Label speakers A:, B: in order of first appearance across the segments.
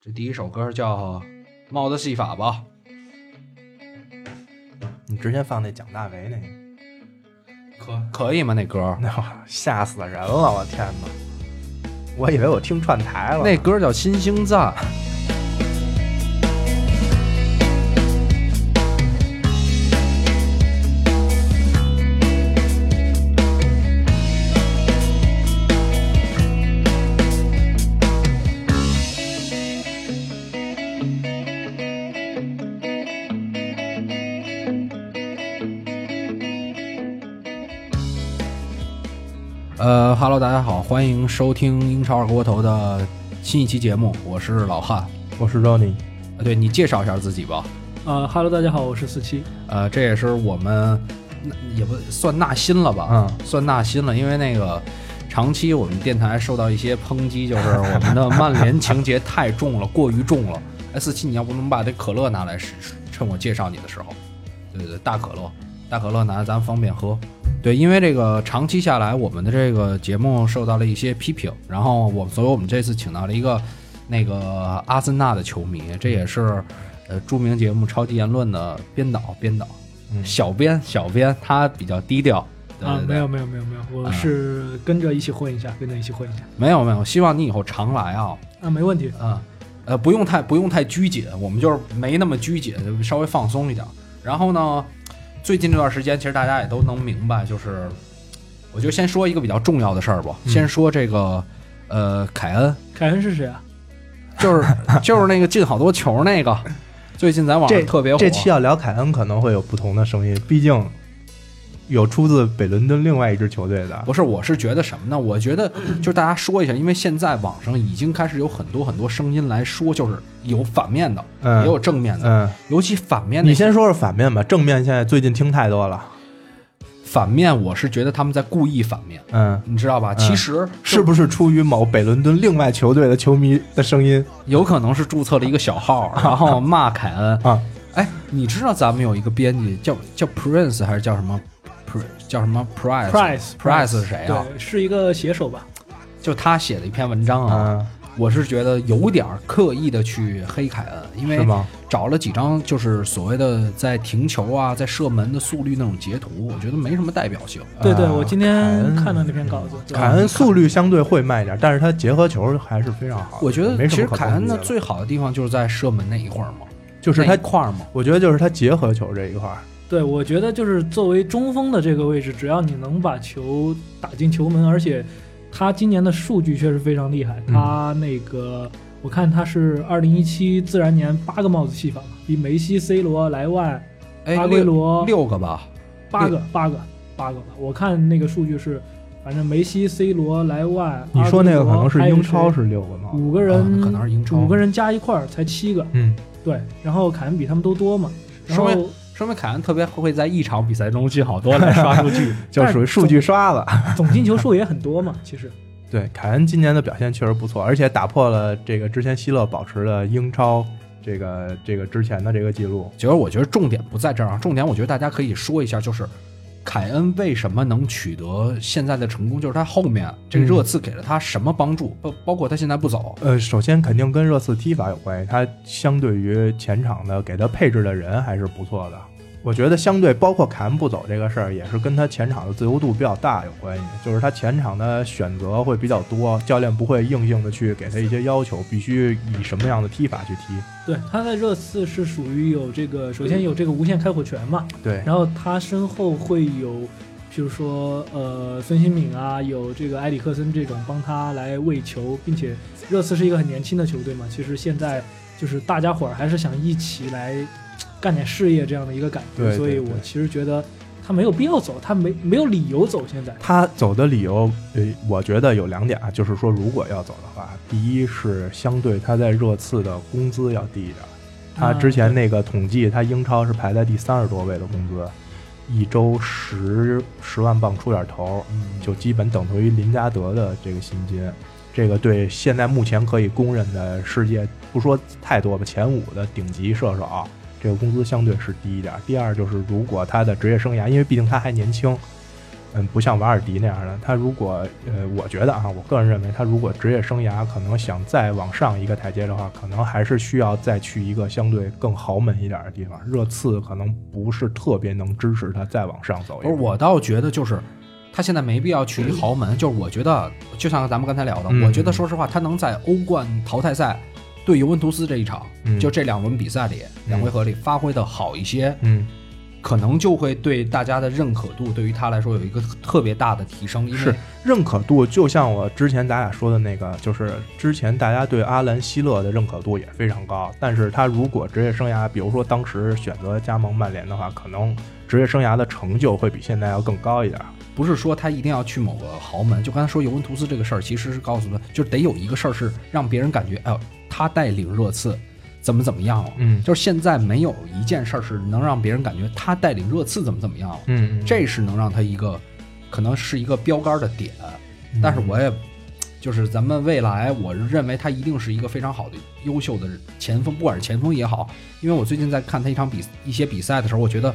A: 这第一首歌叫《帽子戏法》吧？
B: 你之前放那蒋大为那个，
C: 可
A: 可以吗？那歌？
B: 那会儿吓死人了！我天哪，我以为我听串台了。
A: 那歌叫《新星赞》。呃哈喽，大家好，欢迎收听英超二锅头的新一期节目，我是老汉。
B: 我是 Johnny，
A: 呃对你介绍一下自己吧。啊
C: 呃哈喽，大家好，我是四七。
A: 呃，这也是我们那也不算纳新了吧？
B: 嗯，
A: 算纳新了，因为那个长期我们电台受到一些抨击，就是我们的曼联情节太重了， 过于重了。哎，四七，你要不能把这可乐拿来试试，趁我介绍你的时候，对对对，大可乐，大可乐拿来咱们方便喝。对，因为这个长期下来，我们的这个节目受到了一些批评，然后我们，所以我们这次请到了一个那个阿森纳的球迷，这也是呃著名节目《超级言论》的编导，编导，
B: 嗯
A: 小编，小编，他比较低调。对
C: 啊
A: 对，对
C: 没有没有没有没有，我
A: 啊
C: 是跟着一起混一下，跟着一起混一下
A: 没有没有，希望你以后常来啊，
C: 啊，没问题。
A: 嗯，呃，不用太不用太拘谨，我们就是没那么拘谨，就稍微放松一点。然后呢，最近这段时间，其实大家也都能明白，就是我就先说一个比较重要的事儿吧，
B: 嗯
A: 先说这个呃，凯恩，
C: 凯恩是谁啊？
A: 就是 就是那个进好多球那个，最近在网上
B: 这
A: 特别火。
B: 这期要聊凯恩可能会有不同的声音，毕竟有出自北伦敦另外一支球队的。
A: 不是，我是觉得什么呢？我觉得就是大家说一下，因为现在网上已经开始有很多很多声音来说，就是有反面的，也有
B: 嗯
A: 正面的，
B: 嗯，
A: 尤其反面那
B: 你
A: 些
B: 先说说反面吧，正面现在最近听太多了。
A: 反面，我是觉得他们在故意反面，
B: 嗯，
A: 你知道吧？
B: 嗯
A: 其实
B: 是不是出于某北伦敦另外球队的球迷的声音
A: 有可能是注册了一个小 号，然后骂凯恩。
B: 啊？
A: 哎，你知道咱们有一个编辑叫叫 Prince 还是叫什么 Pr 叫什么 Price
C: Price
A: Price 是谁啊？
C: 对，是一个写手吧？
A: 就他写的一篇文章啊，
B: 嗯，
A: 我是觉得有点刻意的去黑凯恩，因为
B: 是吗？
A: 找了几张就是所谓的在停球啊、在射门的速率那种截图，我觉得没什么代表性。
C: 对对，
B: 啊
C: 我今
B: 凯
C: 天
B: 恩
C: 看到那篇稿子。对
B: 凯恩速率相对会慢一点，但是他结合球还是非常好的。
A: 我觉得
B: 没
A: 其实
B: 什么可
A: 凯
B: 抨
A: 恩
B: 击
A: 的
B: 的
A: 最好的地方就是在射门那一块儿嘛，
B: 就是
A: 那
B: 他
A: 一，块儿嘛。
B: 我觉得就是他结合球这一块儿，
C: 对，我觉得就是作为中锋的这个位置，只要你能把球打进球门，而且他今年的数据确实非常厉害。
A: 嗯
C: 他那个、我看他是二零一七自然年八个帽子戏法嘛，比梅西、C 罗、莱万、
A: 哎，
C: 阿圭
A: 六
C: 罗
A: 六个吧，
C: 八个八个八个吧。我看那个数据是，反正梅西、C 罗、莱万，
B: 你说那个可能是英超
C: 是
B: 是六个吗？
C: 五个
A: 啊
C: 人，
A: 那可能是英超
C: 五个人加一块儿才七个。
B: 嗯，
C: 对，然后凯恩比他们都多嘛。然
A: 说明
C: 后
A: 说明凯恩特别会在一场比赛中进好多来刷数 据。
B: 就属于数据刷了。
C: 总进球数也很多嘛，其实。
B: 对，凯恩今年的表现确实不错，而且打破了这个之前希勒保持的英超这个这个之前的这个记录。
A: 其实我觉得重点不在这儿啊，重点我觉得大家可以说一下，就是凯恩为什么能取得现在的成功，就是他后面这个
B: 嗯
A: 热刺给了他什么帮助，包、包括他现在不走。
B: 呃，首先肯定跟热刺踢法有关系，他相对于前场的给他配置的人还是不错的。我觉得相对包括凯恩不走这个事儿，也是跟他前场的自由度比较大有关系，就是他前场的选择会比较多，教练不会硬性的去给他一些要求，必须以什么样的踢法去踢。
C: 对，他在热刺是属于有这个，首先有这个无限开火权嘛，
B: 对，
C: 然后他身后会有，比如说呃孙兴敏啊，有这个埃里克森这种帮他来喂球，并且热刺是一个很年轻的球队嘛，其实现在就是大家伙儿还是想一起来嘖干点事业这样的一个感觉，
B: 对对
C: 所以
B: 对
C: 我其实觉得他没有必要走，他没没有理由走，现在
B: 他走的理由，呃，我觉得有两点啊，就是说如果要走的话，第一是相对他在热刺的工资要低一点，
C: 嗯
B: 他之前那个统计，他英超是排在第三十多位的工资，一周十十万镑出点头，
C: 嗯
B: 就基本等同于林加德的这个薪金。这个对现在目前可以公认的世界不说太多吧，前五的顶级射手，这个工资相对是低一点。第二就是，如果他的职业生涯，因为毕竟他还年轻，嗯，不像瓦尔迪那样的。他如果呃，我觉得啊，我个人认为，他如果职业生涯可能想再往上一个台阶的话，可能还是需要再去一个相对更豪门一点的地方。热刺可能不是特别能支持他再往上走一
A: 不
B: 步。
A: 是，哦我倒觉得就是他现在没必要去一豪门，就是我觉得就像咱们刚才聊的，
B: 嗯
A: 我觉得说实话，他能在欧冠淘汰赛对尤文图斯这一场，
B: 嗯
A: 就这两轮比赛里、
C: 嗯
A: 两回合里发挥的好一些，
B: 嗯，
A: 可能就会对大家的认可度对于他来说有一个特别大的提升，因为
B: 是认可度，就像我之前咱俩说的那个，就是之前大家对阿兰希勒的认可度也非常高，但是他如果职业生涯，比如说当时选择加盟曼联的话，可能职业生涯的成就会比现在要更高一点。
A: 不是说他一定要去某个豪门。就刚才说尤文图斯这个事儿，其实是告诉他，就得有一个事儿是让别人感觉，哎呦，他带领热刺怎么怎么样了。啊
B: 嗯
A: 就是现在没有一件事儿是能让别人感觉他带领热刺怎么怎么样了。啊
B: 嗯
A: 这是能让他一个，可能是一个标杆的点。
B: 嗯
A: 但是我也，就是咱们未来，我认为他一定是一个非常好的、优秀的前锋，不管是前锋也好，因为我最近在看他一场比一些比赛的时候，我觉得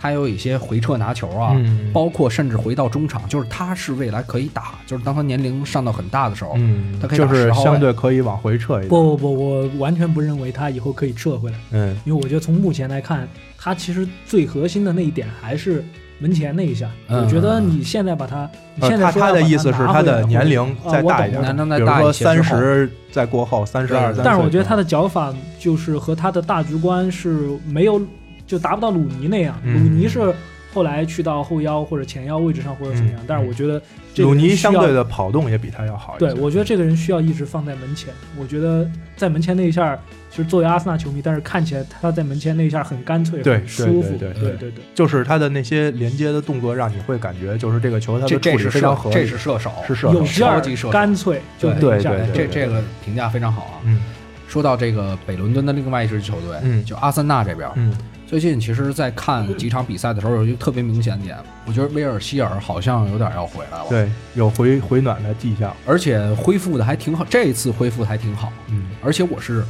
A: 他有一些回撤拿球啊，
B: 嗯
A: 包括甚至回到中场，就是他是未来可以打，就是当他年龄上到很大的时候，
B: 嗯，
A: 他可以
B: 就
A: 打
B: 是
A: 10号位
B: 相对可以往回撤一点。
C: 不不不，我完全不认为他以后可以撤回来，
B: 嗯
C: 因为我觉得从目前来看，他其实最核心的那一点还是门前那一下。
A: 嗯
C: 我觉得你现在把他，你
B: 呃
C: 现
B: 他
C: 在说
B: 他
C: 要把
B: 的
C: 他
B: 意思是
C: 拿
B: 他
C: 回来
B: 的年龄
C: 话
B: 再
C: 我
B: 大
C: 懂
B: 一点，
A: 年龄再
B: 比如
A: 大
B: 说
A: 一些之
B: 三
A: 后
B: 十再过后，三十二、
A: 对
B: 三
C: 但是我觉得他的脚法就是和他的大局观是没有就达不到鲁尼那样，
B: 嗯
C: 鲁尼是后来去到后腰或者前腰位置上或者怎么样，
B: 嗯
C: 但是我觉得这个
B: 鲁
C: 人
B: 尼
C: 需
B: 相
C: 要
B: 对的跑动也比他要好一些。
C: 对，我觉得这个人需要一直放在门前。我觉得在门前那一下，其实作为阿森纳球迷，但是看起来他在门前那一下很干脆，
B: 对
C: 很舒服，
B: 对对
C: 对
A: 对
C: 对对
B: 就是他的那些连接的动作，让你会感觉就是这个球他
A: 这
B: 的处
A: 这
B: 理
A: 是
B: 非常
A: 射
B: 合，理，
A: 这是射手，
B: 是射
C: 有
B: 手。
C: 劲儿
A: 超级射手，
C: 干脆，就
A: 对
C: 那一下
B: 对对对
A: 这这个评价非常好啊。
B: 嗯
A: 说到这个北伦敦的另外一支球队，
B: 嗯
A: 就阿森纳这边，
B: 嗯
A: 最近其实，在看几场比赛的时候，有一个特别明显的点，我觉得威尔希尔好像有点要回来了，，
B: 对，有回回暖的迹象。
A: 而且恢复的还挺好，这一次恢复的还挺好，
B: 嗯
A: 而且我是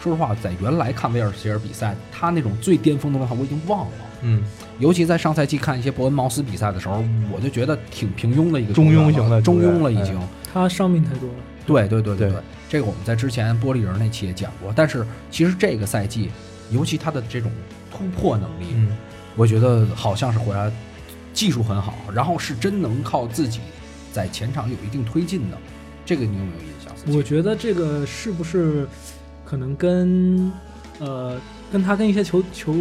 A: 说实话，在原来看威尔希尔比赛，他那种最巅峰的状态我已经忘了，
B: 嗯，
A: 尤其在上赛季看一些伯恩茅斯比赛的时候，我就觉得挺平庸的一个
B: 中庸
A: 球员
B: 型
A: 了
B: 的球
A: 中
B: 员哎
A: 庸了已经，
C: 他伤病太多了。
A: 对对对对
B: 对，
A: 这个我们在之前玻璃人那期也讲过，但是其实这个赛季，尤其他的这种突破能力，
B: 嗯
A: 我觉得好像是回来技术很好，然后是真能靠自己在前场有一定推进的，这个你有没有印象？
C: 我觉得这个是不是可能跟呃跟他跟一些球球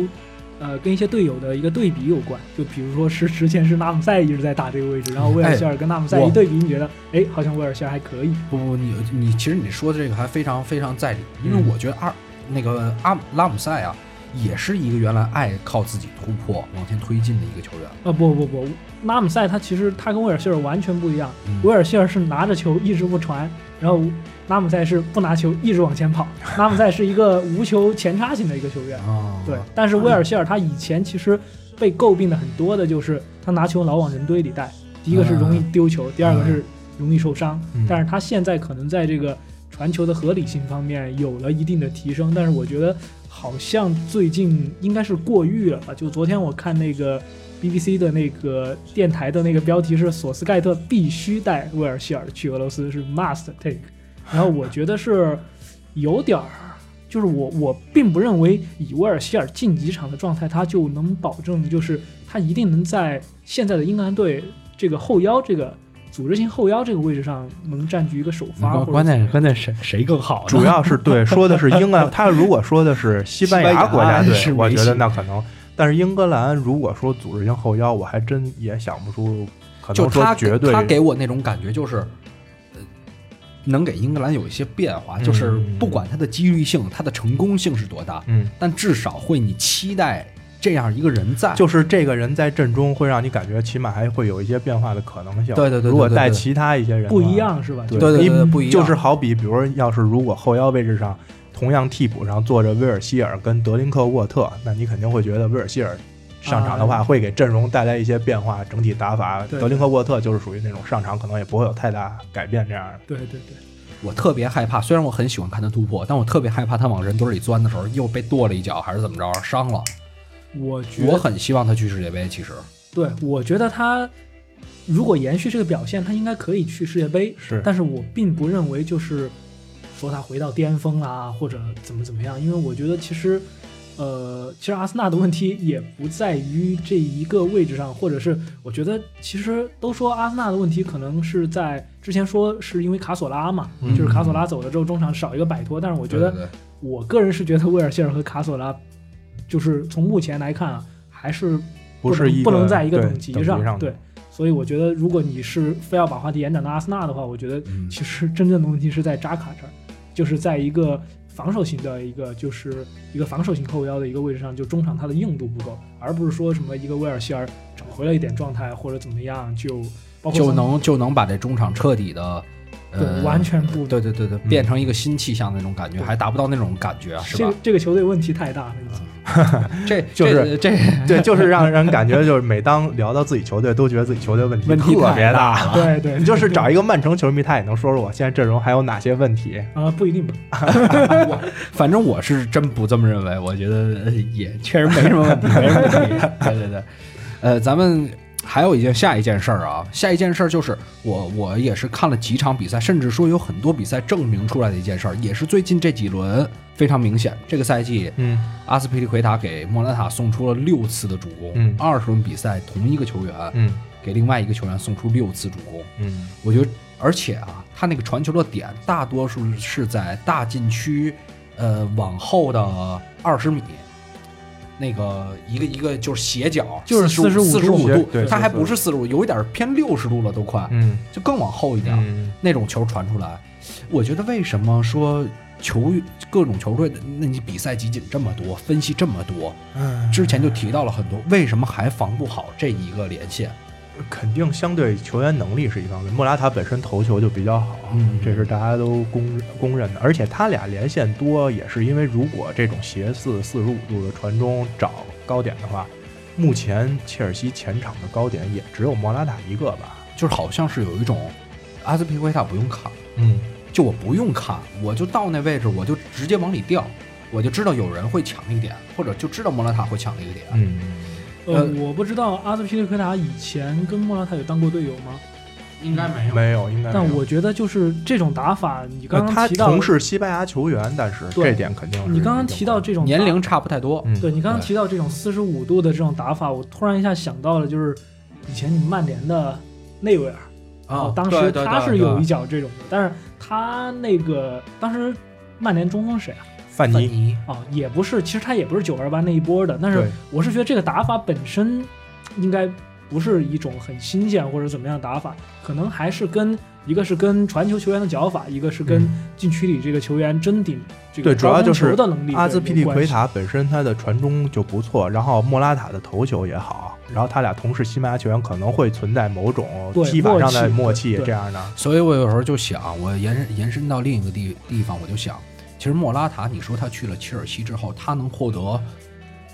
C: 呃跟一些队友的一个对比有关？就比如说是之前是纳姆塞一直在打这个位置，然后威尔希尔跟纳姆塞
A: 哎
C: 一对比，你觉得哎好像威尔希尔还可以，
A: 不不，你你其实你说的这个还非常非常在理，因为
B: 嗯
A: 我觉得阿、那个阿姆拉姆塞啊，也是一个原来爱靠自己突破往前推进的一个球员。
C: 啊不不不，拉姆塞他其实他跟威尔希尔完全不一样，
A: 嗯
C: 威尔希尔是拿着球一直不传，然后拉姆塞是不拿球一直往前跑，拉姆塞是一个无球前插型的一个球员。
A: 啊，
C: 对，但是威尔希尔他以前其实被诟病的很多的就是他拿球老往人堆里带，第一个是容易丢球，第二个是容易受伤。
B: 嗯
C: 但是他现在可能在这个传球的合理性方面有了一定的提升，但是我觉得好像最近应该是过誉了吧？就昨天我看那个 BBC 的那个电台的那个标题是索斯盖特必须带威尔希尔去俄罗斯，是 must take。然后我觉得是有点儿，就是我我并不认为以威尔希尔近几场的状态，他就能保证就是他一定能在现在的英格兰队这个后腰这个组织性后腰这个位置上能占据一个首发。或者
A: 键关键谁谁更好
B: 主要是对说的是英格兰，他如果说的是西班
A: 西班牙
B: 牙国 家
A: 是
B: 队，
A: 没
B: 我觉得
A: 戏
B: 那可能。但是英格兰如果说组织性后腰，我还真也想不出，可
A: 就
B: 能
A: 他
B: 说
A: 给
B: 绝对
A: 他给我那种感觉就是，呃能给英格兰有一些变化，
B: 嗯
A: 就是不管他的几率性、他的成功性是多大，
B: 嗯，
A: 但至少会你期待这样一个人在。
B: 就是这个人在阵中会让你感觉起码还会有一些变化的可能性。
A: 对对对对
B: 如果
A: 对对
B: 带
A: 对
B: 其他一些人的
C: 不
B: 话
C: 一，样是吧？
B: 对
A: 啊对对对，
B: 因
A: 不一样，
B: 就是好比比如要是如果后腰位置上同样替补上坐着威尔希尔跟德林克沃特，那你肯定会觉得威尔希尔。上场的话，会给阵容带来一些变化，整体打法。
C: 对
B: 德林克沃特就是属于那种上场可能也不会有太大改变这样的。
C: 对对对，
A: 我特别害怕。虽然我很喜欢看他突破，但我特别害怕他往人堆里钻的时候又被跺了一脚，还是怎么着伤了。
C: 我觉
A: 我
C: 得
A: 很希望他去世界杯，其实
C: 对，我觉得他如果延续这个表现，他应该可以去世界杯。
B: 是
C: 但是我并不认为就是说他回到巅峰啦，或者怎么怎么样，因为我觉得其实，呃，其实阿森纳的问题也不在于这一个位置上，或者是我觉得其实都说阿森纳的问题可能是在之前说是因为卡索拉嘛，
B: 嗯
C: 就是卡索拉走了之后中场少一个摆脱，但是我觉得
A: 对对对
C: 我个人是觉得威尔希尔和卡索拉，就是从目前来看啊，还是
B: 不是
C: 能
B: 一
C: 不能在一
B: 个
C: 个
B: 对
C: 等级上。对
B: 的，，
C: 所以我觉得如果你是非要把话题延展到阿森纳的话，我觉得
A: 嗯
C: 其实真正的问题是在扎卡这儿，就是在一个防守型的一个就是一个防守型后腰的一个位置上，就中场他的硬度不够，而不是说什么一个威尔希尔找回了一点状态或者怎么样就包括
A: 就
C: 桑
A: 能就能把这中场彻底的，呃，
C: 对完全不
A: 对对对对，变成一个新气象那种感觉，
C: 对
A: 还达不到那种感觉啊，是
C: 这
A: 吧
C: 个？这个球队问题太大了，已经
A: 这
B: 就是
A: 这这
B: 对，就是让人感觉就是每当聊到自己球队，都觉得自己球队问题
C: 问题
B: 特别
A: 太
B: 大。
A: 大了。
C: 对对，
B: 你 就是找一个曼城球迷，他也能说说我现在阵容还有哪些问题。
C: 啊、不一定吧。
A: 反正我是真不这么认为，我觉得呃也确实没 什么问题，没什么问题。对对对，呃，咱们还有一件下一件事儿啊，下一件事儿就是我我也是看了几场比赛，甚至说有很多比赛证明出来的一件事儿，也是最近这几轮非常明显，这个赛季
B: 嗯
A: 阿斯皮利奎塔给莫拉塔送出了六次的助攻
B: 嗯，
A: 二十、轮比赛同一个球员
B: 嗯
A: 给另外一个球员送出六次助攻，
B: 嗯
A: 我觉得，而且啊，他那个传球的点大多数是在大禁区，呃，往后的二十米，那个一个一个就是斜角，
C: 就是
A: 四
C: 45
A: 四十
C: 度
A: 五度
B: 对，
A: 他还
B: 45
A: 不是四十五，有一点偏六十度了，都快，
B: 嗯
A: 就更往后一点。
B: 嗯，
A: 那种球传出来，我觉得为什么说球各种球队的那你比赛集锦这么多，分析这么多，
B: 嗯
A: 之前就提到了很多，为什么还防不好这一个连线？
B: 肯定相对球员能力是一方面，莫拉塔本身头球就比较好，
A: 嗯
B: 这是大家都公公认的。而且他俩连线多也是因为，如果这种斜四四十五度的传中找高点的话，目前切尔西前场的高点也只有莫拉塔一个吧。
A: 就是好像是有一种阿斯皮奎塔不用看，
B: 嗯，
A: 就我不用看，我就到那位置，我就直接往里掉，我就知道有人会抢那个点，或者就知道莫拉塔会抢那个点。
B: 嗯，
C: 呃
A: 呃，
C: 我不知道阿斯皮利奎塔以前跟莫拉塔有当过队友吗？
A: 应该没有
B: 没有，应该没有。
C: 嗯但我觉得就是这种打法，你
B: 呃
C: 刚刚
B: 他
C: 提到
B: 同，是西班牙球员，但是
C: 对
B: 这点肯定是
C: 你刚刚提到这种打
A: 年，龄差不太多。
B: 嗯
C: 对你刚刚
A: 对
C: 提到这种四十五度的这种打法，我突然一下想到了，就是以前你们曼联的内维尔，
A: 啊，
C: 哦当
A: 对
C: 时
A: 对
C: 他
A: 对
C: 是
A: 对
C: 有一脚这种的，但是他那个当时曼联中锋谁啊？
B: 范
A: 范
B: 尼，
A: 尼，
C: 哦，也不是，其实他也不是九二八那一波的，但是
B: 对
C: 我是觉得这个打法本身应该不是一种很新鲜或者怎么样的打法，可能还是跟一个是跟传球球员的脚法，一个是跟
B: 嗯
C: 禁区里这个球员争顶这个
B: 对主要
C: 高空
B: 就是
C: 球的能力
B: 阿兹皮利奎
C: 有关系。
B: 塔本身他的传中就不错，然后莫拉塔的头球也好，然后他俩同是西班牙球员，可能会存在某种
C: 对
B: 踢法上的
C: 默
B: 默
C: 契
B: 契
C: 对
B: 这样的。
A: 所以我有时候就想，我延伸延伸到另一个地地方，我就想，其实莫拉塔，你说他去了切尔西之后，他能获得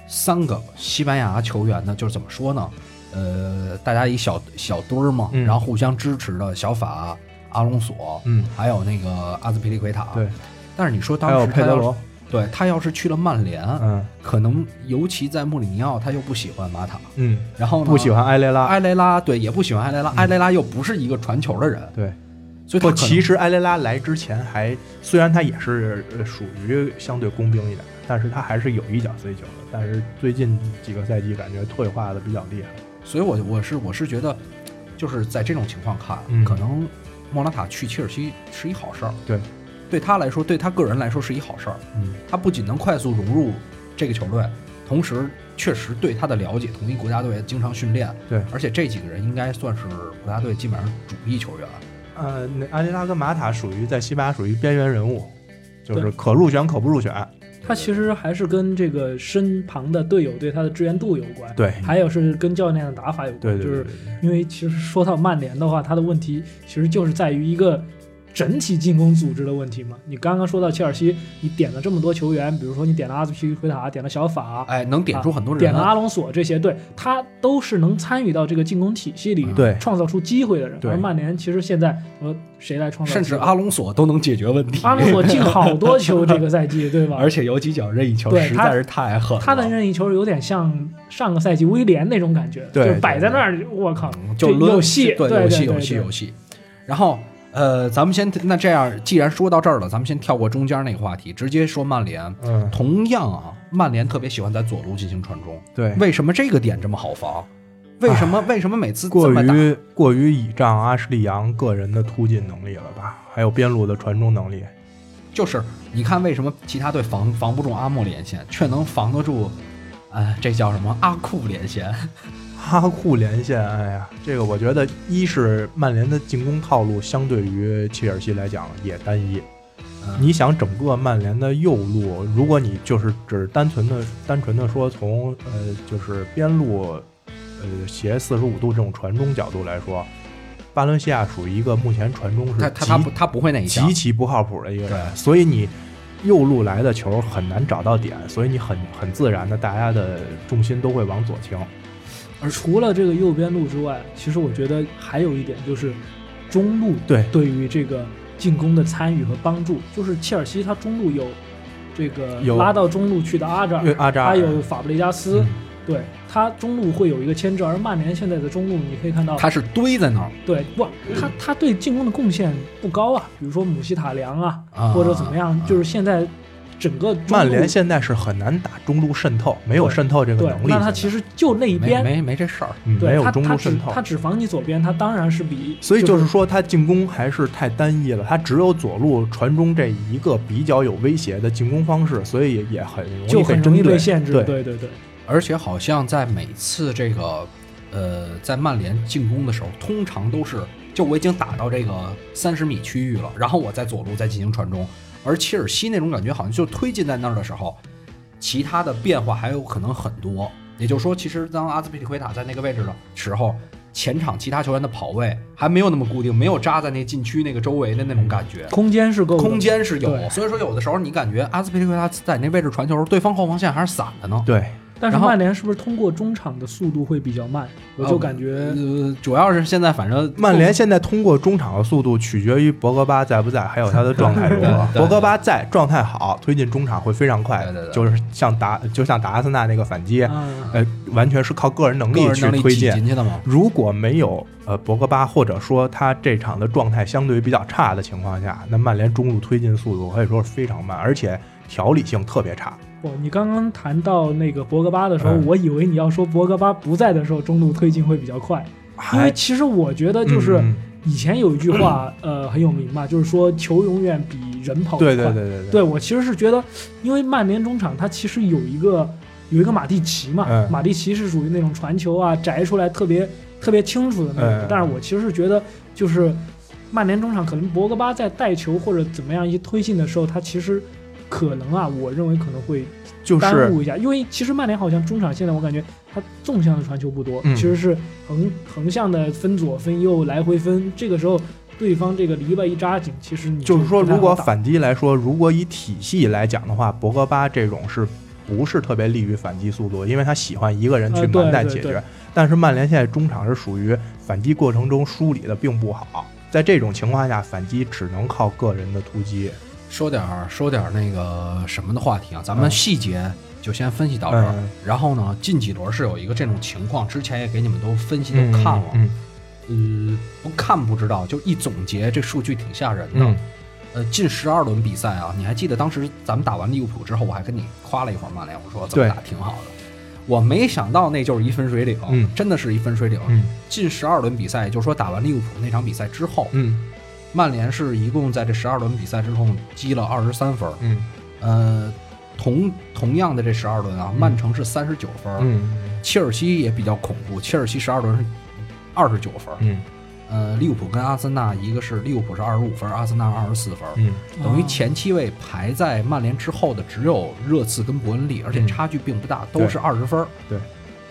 A: 三个西班牙球员呢，就是怎么说呢？呃，大家一小小堆儿嘛，
B: 嗯
A: 然后互相支持的小法、阿隆索，
B: 嗯，
A: 还有那个阿兹皮利奎塔。
B: 对，
A: 但是你说
B: 还
A: 当
B: 有
A: 时他
B: 佩德
A: 要
B: 罗
A: 是，对他要是去了曼联，
B: 嗯
A: 可能尤其在穆里尼奥，他又不喜欢马塔，
B: 嗯，
A: 然后呢
B: 不喜欢埃雷拉，
A: 埃雷拉，对，也不喜欢埃雷拉，埃雷拉又不是一个传球的人，
B: 对。
A: 所以他
B: 不，
A: 可能
B: 其实埃雷拉来之前还，虽然他也是呃属于相对工兵一点，但是他还是有一脚碎球的。但是最近几个赛季感觉退化的比较厉害。
A: 所以我我是我是觉得，就是在这种情况看，
B: 嗯
A: 可能莫拉塔去切尔西是一好事儿，
B: 对，
A: 对他来说，对他个人来说是一好事儿。
B: 嗯，
A: 他不仅能快速融入这个球队，同时确实对他的了解，同一国家队经常训练，
B: 对
A: 而且这几个人应该算是国家队基本上主力球员。
B: 呃，那埃雷拉跟马塔属于在西班牙属于边缘人物，就是可入选可不入选。
C: 他其实还是跟这个身旁的队友对他的支援度有关，
B: 对，
C: 还有是跟教练的打法有关，
B: 对对
C: 就是
B: 对对
C: 因为其实说到曼联的话，他的问题其实就是在于一个整体进攻组织的问题嘛。你刚刚说到切尔西，你点了这么多球员，比如说你点了阿兹皮奎塔，点了小法，
A: 哎，能点出很多人
C: 啊点了
A: 来。
C: 阿隆索这些，对他都是能参与到这个进攻体系里，
B: 对
C: 创造出机会的人。
B: 对
C: 而曼联其实现在呃谁来创造机
A: 甚
C: 会？
A: 至阿隆索都能解决问题，
C: 阿隆索进好多球，这个赛季对吧？
A: 而且啊有几脚任意球
C: 对
A: 实
C: 他
A: 在是太狠了。
C: 他的任意球有点像上个赛季威廉那种感觉，
B: 对
C: 就是摆在那儿，我靠，
A: 嗯就
C: 这
A: 抡
C: 有戏
A: 对，
C: 对
A: 有
C: 对
A: 戏，
C: 对
A: 有戏，
C: 对
A: 有戏。然后，呃，咱们先那这样，既然说到这儿了，咱们先跳过中间那个话题，直接说曼联。
B: 嗯，
A: 同样啊，曼联特别喜欢在左路进行传中，
B: 对，
A: 为什么这个点这么好防？为什么为什么每次这
B: 过
A: 么打？
B: 于过于倚仗阿什利杨个人的突进能力了吧，还有边路的传中能力。
A: 就是你看为什么其他队防防不住阿莫连线，却能防得住？哎，这叫什么阿库连线？
B: 哈库连线，哎呀，这个我觉得一是曼联的进攻套路相对于切尔西来讲也单一。
A: 嗯
B: 你想整个曼联的右路，如果你就是只单纯的、单纯的说从呃就是边路，呃斜四十五度这种传中角度来说，巴伦西亚属于一个目前传中是
A: 他他他不
B: 极
A: 他不会那一下
B: 极，其不靠谱的一个
A: 对
B: 人，所以你右路来的球很难找到点，所以你很很自然的大家的重心都会往左倾。
C: 而除了这个右边路之外，其实我觉得还有一点就是中路
B: 对
C: 对于这个进攻的参与和帮助，就是切尔西他中路有这个
B: 有
C: 拉到中路去的阿扎
B: 因为
C: 尔，
B: 阿扎
C: 他
B: 尔
C: 有法布雷加斯，
B: 嗯
C: 对他中路会有一个牵制，而曼联现在的中路你可以看到，
A: 他是堆在那儿
C: 对哇，他他对进攻的贡献不高啊，比如说姆希塔良啊，
A: 啊
C: 或者怎么样，就是现在整个中路
B: 曼联现在是很难打中路渗透，没有渗透这个
C: 对
B: 能，力。
C: 那他其
B: 实
C: 实就那一
A: 没
C: 边，嗯
A: 没没这事儿。
B: 没
C: 对
B: 有
C: 他
B: 中
C: 他
B: 路
C: 只
B: 渗透
C: 他，只防你左边，他当然是比
B: 所以
C: 就
B: 就是说他进攻还是太单一了，他只有左路传中这一个比较有威胁的进攻方式，所以也很容易
C: 就很容易
B: 针对
C: 被限制，
B: 对，
C: 对对对，
A: 而且好像在每次这个，呃，在曼联进攻的时候，通常都是就我已经打到这个三十米区域了，然后我在左路再进行传中。而切尔西那种感觉好像就推进在那儿的时候，其他的变化还有可能很多。也就是说，其实当阿兹皮利奎塔在那个位置的时候，前场其他球员的跑位还没有那么固定，没有扎在那禁区那个周围的那种感觉。
C: 空间是够的
A: 空。间是有，
C: 对
A: 所以说有的时候你感觉阿兹皮利奎塔在那位置传球，对方后防线还是散的呢。
B: 对
C: 但是
A: 然后
C: 曼联是不是通过中场的速度会比较慢？我
B: 哦
C: 就感觉
A: 啊呃，主要是现在反正
B: 曼联现在通过中场的速度取决于博格巴在不在，还有他的状态如
A: 对
B: 何
A: 对。对
B: 博格巴在，状态好，推进中场会非常快
A: 对对对，
B: 就是像达就像达阿森纳那个反击，
C: 啊，
B: 呃，完全是靠个人能
A: 个
B: 力
A: 人
B: 去
A: 能力
B: 推
A: 挤
B: 进。
A: 进去的嘛，
B: 如果没有呃博格巴，或者说他这场的状态相对于比较差的情况下，那曼联中路推进速度可以说是非常慢，而且条理性特别差。
C: 哇，你刚刚谈到那个博格巴的时候，
B: 嗯
C: 我以为你要说博格巴不在的时候中路推进会比较快，因为
B: 还
C: 其实我觉得就是
B: 嗯
C: 以前有一句话，呃，很有名嘛，就是说球永远比人跑得
B: 对
C: 快。
B: 对对对
C: 对我其实是觉得，因为曼联中场它其实有一个有一个马蒂奇嘛，
B: 嗯
C: 马蒂奇是属于那种传球啊摘出来特别特别清楚的那种。
B: 嗯
C: 但是我其实是觉得，就是曼联中场可能博格巴在带球或者怎么样一些推进的时候，他其实可能啊，我认为可能会
B: 就
C: 耽
B: 是
C: 误一下，因为其实曼联好像中场现在我感觉他纵向的传球不多，
B: 嗯
C: 其实是横横向的分左分右来回分，这个时候对方这个篱笆一扎紧，其实你
B: 就是说，
C: 不太好
B: 如果
C: 打
B: 反击来说，如果以体系来讲的话，博格巴这种是不是特别利于反击速度？因为他喜欢一个人去
C: 呃对
B: 蛮带
C: 对
B: 解
C: 对
B: 决。但是曼联现在中场是属于反击过程中梳理的并不好，在这种情况下，反击只能靠个人的突击。
A: 说点儿说点儿那个什么的话题啊，咱们
B: 嗯
A: 细节就先分析到这儿。
B: 嗯
A: 然后呢，近几轮是有一个这种情况，之前也给你们都分析都
B: 嗯
A: 看了，
B: 嗯
A: 嗯，不看不知道，就一总结，这数据挺吓人的。
B: 嗯
A: 呃，近十二轮比赛啊，你还记得当时咱们打完利物浦之后，我还跟你夸了一会儿曼联，我说怎么
B: 对
A: 打挺好的。我没想到那就是一分水岭，
B: 嗯
A: 真的是一分水岭。
B: 嗯
A: 近十二轮比赛，也就是说打完利物浦那场比赛之后，
B: 嗯
A: 曼联是一共在这十二轮比赛之中积了二十三分儿，
B: 嗯
A: 呃，同同样的这十二轮啊，
B: 嗯
A: 曼城是三十九分儿，
B: 嗯
A: 切尔西也比较恐怖，切尔西十二轮是二十九分儿，
B: 嗯
A: 呃，利物浦跟阿森纳一个是利物浦是二十五分儿，阿森纳二十四分儿，
B: 嗯，
A: 等于前七位排在曼联之后的只有热刺跟伯恩利，而且
B: 嗯
A: 差距并不大，
B: 对
A: 都是二十分儿。
B: 对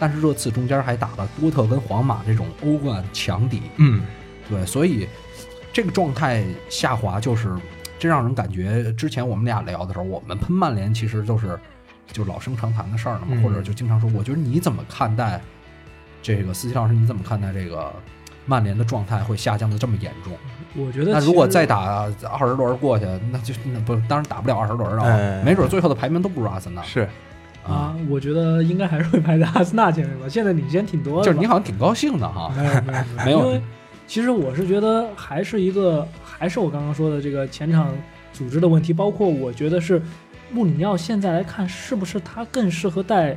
A: 但是热刺中间还打了多特跟皇马这种欧冠强敌，
B: 嗯，
A: 对，所以这个状态下滑，就是这让人感觉之前我们俩聊的时候，我们喷曼联其实就是就老生常谈的事儿了嘛，
B: 嗯
A: 或者就经常说，我觉得你怎么看待这个司机老师？你怎么看待这个曼联的状态会下降的这么严重？
C: 我觉得
A: 那
C: 其
A: 如果
C: 实
A: 再打二十轮过去，那就那不当然打不了二十轮了啊，
B: 哎
A: 没准最后的排名都不如阿森纳
B: 是
C: 啊，我觉得应该还是会排在阿森纳前面吧，现在领先挺多的吧。
A: 啊就是你好像挺高兴的哈，
C: 没有没有
A: 没
C: 没
A: 有
C: 有，因为其实我是觉得还是一个，还是我刚刚说的这个前场组织的问题，包括我觉得是穆里尼奥现在来看，是不是他更适合带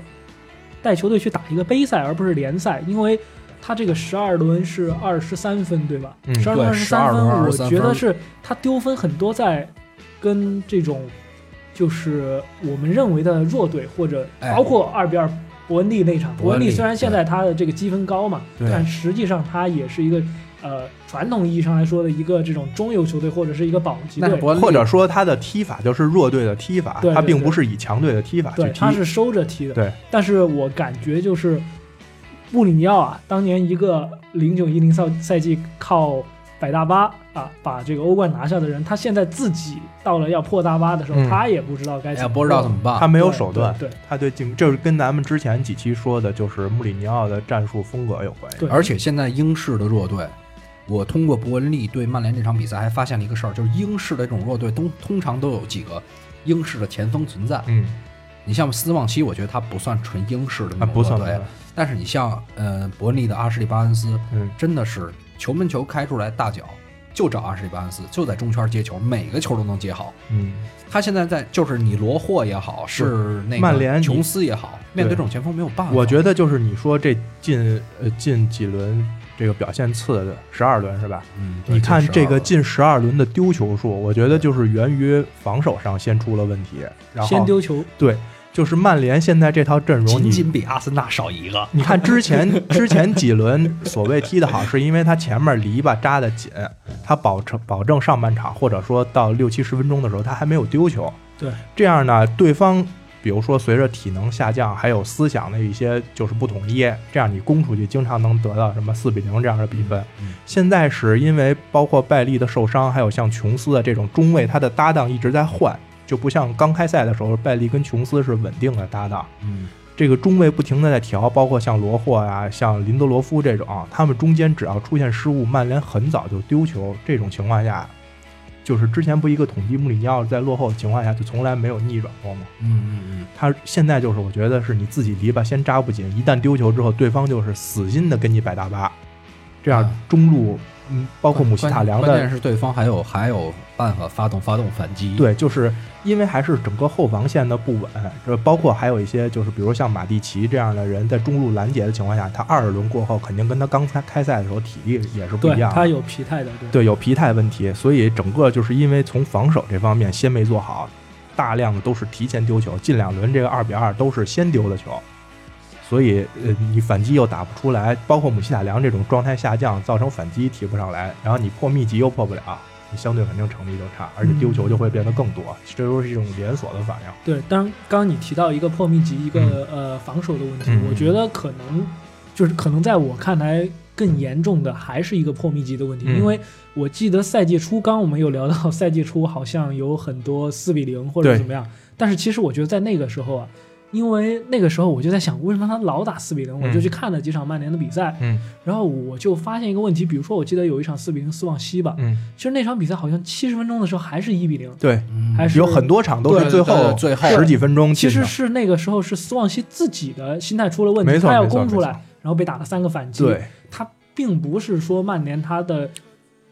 C: 带球队去打一个杯赛，而不是联赛，因为。他这个十二轮是二十三分，对吧？
B: 嗯
C: 十二
A: 对
C: 轮三
A: 12轮
C: 我
A: 23
C: 觉得
A: 分
C: 是他丢分很多，在跟这种就是我们认为的弱队，或者
A: 哎
C: 包括二比二伯恩利那场。
A: 伯
C: 伯
A: 恩
C: 恩
A: 利
C: 利虽然现在他的这个积分高嘛，
B: 对
C: 但实际上他也是一个呃传统意义上来说的一个这种中游球队或者是一个保级
A: 那
C: 队。
A: 伯恩利
B: 或者说他的踢法就是弱队的踢法
C: 对，对
B: 他并
C: 对
B: 不是以强队的踢法去
C: 对，
B: 踢
C: 他。是收着踢的。
B: 对，
C: 但是我感觉就是穆里尼奥啊，当年一个零九一零赛赛季靠百大巴啊把这个欧冠拿下的人，他现在自己到了要破大巴的时候，
B: 嗯
C: 他也不知道该
A: 哎
C: 怎
A: 呀，
C: 么，
A: 不知道怎么办。
B: 他没有手段，
C: 啊对对
B: 他对进就是跟咱们之前几期说的，就是穆里尼奥的战术风格有关系。
C: 对
A: 而且现在英式的弱队，我通过伯恩利对曼联这场比赛还发现了一个事儿，就是英式的这种弱队通通常都有几个英式的前锋存在。
B: 嗯，
A: 你像斯旺西，我觉得他不算纯英式的那
B: 啊，
A: 种
B: 不算
A: 弱队
B: 不算
A: 但是你像呃伯恩利的阿什利巴恩斯，
B: 嗯，
A: 真的是球门球开出来大脚就找阿什利巴恩斯，就在中圈接球，每个球都能接好。
B: 嗯，
A: 他现在在就是你罗霍也好，是那个
B: 曼联你
A: 琼斯也好，面对
B: 对
A: 这种前锋没有
C: 啊
A: 办法。
B: 我觉得就是你说这近呃近几轮这个表现次的十二轮是吧？
A: 嗯，对
B: 你看
A: 是
B: 这个
A: 啊
B: 近十二轮的丢球数，我觉得就是源于防守上先出了问题，然后
C: 先丢球。
B: 对，就是曼联现在这套阵容，
A: 仅
B: 你
A: 仅比阿森纳少一个。
B: 你看之 前之前几轮所谓踢得好，是因为他前面篱笆扎得紧，他保证保证上半场或者说到六七十分钟的时候，他还没有丢球。
C: 对，
B: 这样呢，对方比如说随着体能下降，还有思想的一些就是不统一，这样你攻出去经常能得到什么四比零这样的比分。
A: 嗯
B: 现在是因为包括拜利的受伤，还有像琼斯的这种中卫，他的搭档一直在换，就不像刚开赛的时候，拜利跟琼斯是稳定的搭档。
A: 嗯，
B: 这个中卫不停的在调，包括像罗霍啊、像林德罗夫这种，啊他们中间只要出现失误，曼联很早就丢球。这种情况下，就是之前不一个统计穆里尼奥在落后的情况下，就从来没有逆转过吗？
A: 嗯嗯
B: 他现在就是我觉得是你自己篱笆先扎不紧，一旦丢球之后，对方就是死心的跟你摆大巴，这样
A: 啊
B: 中路，嗯，包
A: 包
B: 括姆希塔良
A: 关
B: 的
A: 键是对方还有还有办法发动发动反击。，
B: 对，就是因为还是整个后防线的不稳，这包括还有一些就是比如像马蒂奇这样的人在中路拦截的情况下，他二十轮过后肯定跟他刚才开赛的时候体力也是不
C: 对
B: 一样
C: 他
B: 的。
C: 有疲态的，对
B: 对，有疲态问题，所以整个就是因为从防守这方面先没做好，大量的都是提前丢球，近两轮这个二比二都是先丢的球，所以呃你反击又打不出来，包括姆希塔良这种状态下降，造成反击提不上来，然后你破密集又破不了，你相对肯定成绩就差，而且丢球就会变得更多，这都是一种连锁的反应。
C: 对，当然，刚刚你提到一个破密集，一个、呃防守的问题，
B: 嗯
C: 我觉得可能就是可能在我看来更严重的还是一个破密集的问题，
B: 嗯
C: 因为我记得赛季初，刚刚我们有聊到赛季初好像有很多四比零或者
B: 对
C: 怎么样，但是其实我觉得在那个时候啊，因为那个时候我就在想，为什么他老打四比零？我就
B: 嗯
C: 去看了几场曼联的比赛，
B: 嗯
C: 然后我就发现一个问题，比如说我记得有一场四比零斯旺西吧，
B: 嗯，
C: 其实那场比赛好像七十分钟的时候还是一比零，
B: 对，
A: 嗯、
C: 还是
B: 有很多场都
A: 对
B: 是最
A: 对
B: 后
A: 对最后
B: 十几分钟
C: 其
B: 进
C: 实
B: 的，
C: 是那个时候是斯旺西自己的心态出了问题，
B: 没错
C: 他要
B: 没错
C: 攻出来
B: 没错，
C: 然后被打了三个反击。
B: 对，
C: 他并不是说曼联他的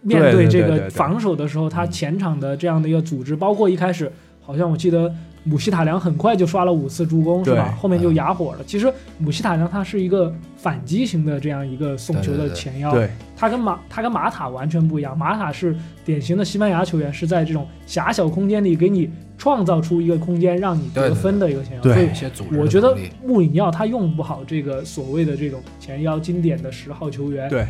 C: 面
B: 对对
C: 这
B: 对
C: 个
B: 对对
C: 防守的时候，他
A: 嗯
C: 前场的这样的一个组织，包括一开始好像我记得姆希塔良很快就刷了五次助攻，是吧
B: 对？嗯
C: 后面就哑火了。其实姆希塔良他是一个反击型的这样一个送球
A: 对对
C: 的
A: 对
C: 前腰，
B: 对，
C: 他跟马他跟马塔完全不一样，马塔是典型的西班牙球员，是在这种狭小空间里给你创造出一个空间让你得分的一个前腰。
B: 对对
A: 一些组织
C: 所以
A: 的
C: 我觉得
A: 能力
C: 穆里尼奥他用不好这个所谓的这种前腰经典的十号球员，
B: 对，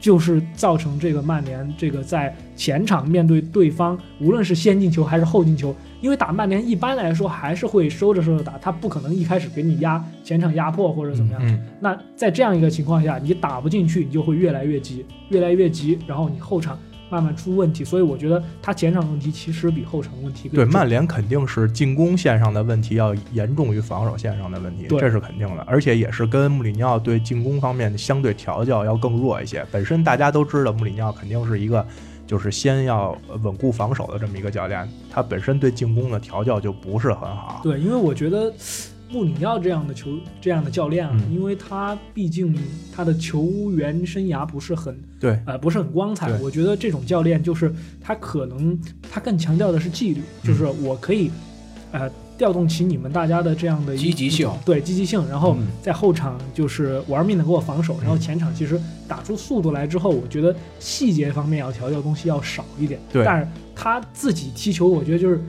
C: 就是造成这个曼联这个在前场面对对方，无论是先进球还是后进球，因为打曼联一般来说还是会收着收着打，他不可能一开始给你压前场压迫或者怎么样。
B: 嗯，
C: 那在这样一个情况下，你打不进去，你就会越来越急，越来越急，然后你后场慢慢出问题。所以我觉得他前场问题其实比后场问题更
B: 对，
C: 重
B: 曼联肯定是进攻线上的问题要严重于防守线上的问题，
C: 对
B: 这是肯定的，而且也是跟穆里尼奥对进攻方面的相对调教要更弱一些。本身大家都知道，穆里尼奥肯定是一个就是先要呃稳固防守的这么一个教练，他本身对进攻的调教就不是很好。
C: 对，因为我觉得穆里尼奥这样的球这样的教练啊，
B: 嗯
C: 因为他毕竟他的球员生涯不是很
B: 对，
C: 呃不是很光彩
B: 对。
C: 我觉得这种教练就是他可能他更强调的是纪律，就是
B: 嗯
C: 我可以呃调动起你们大家的这样的一
A: 积极性，
C: 对积极性，然后
A: 嗯
C: 在后场就是玩命的给我防守，然后
B: 嗯
C: 前场其实打出速度来之后，我觉得细节方面要调教的东西要少一点。
B: 对
C: 但是他自己踢球，我觉得就是。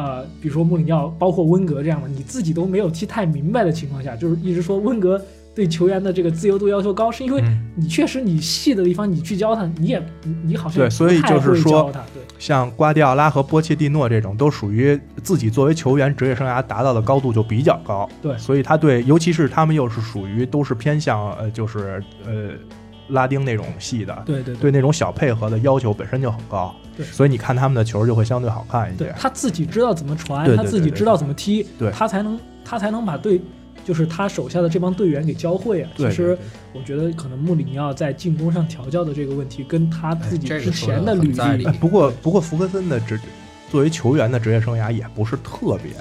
C: 呃，比如说穆里尼奥，包括温格这样的，你自己都没有踢太明白的情况下，就是一直说温格对球员的这个自由度要求高，是因为
B: 嗯，
C: 你确实你细的地方你去教他，你也你你好像
B: 对所以
C: 不太
B: 就是
C: 会
B: 说
C: 教他，对
B: 像瓜迪奥拉和波切蒂诺这种，都属于自己作为球员职业生涯达到的高度就比较高。
C: 对
B: 所以他对，尤其是他们又是属于都是偏向呃，就是呃拉丁那种系的，
C: 对对
B: 对那种小配合的要求本身就很高。
C: 对
B: 所以你看他们的球就会相对好看一
C: 对
B: 些，。
C: 他自己知道怎么传，
B: 对对
C: 他自己知道怎么踢，
B: 对对
C: 他才能他才能把队就是他手下的这帮队员给教会啊。
B: 对
C: 其实我觉得可能穆里尼奥在进攻上调教的这个问题，跟他自己
A: 哎这个
C: 之前
A: 说得
C: 履
A: 很在
C: 历
A: 理
B: 哎，不过不过福格森的职作为球员的职业生涯也不是特别，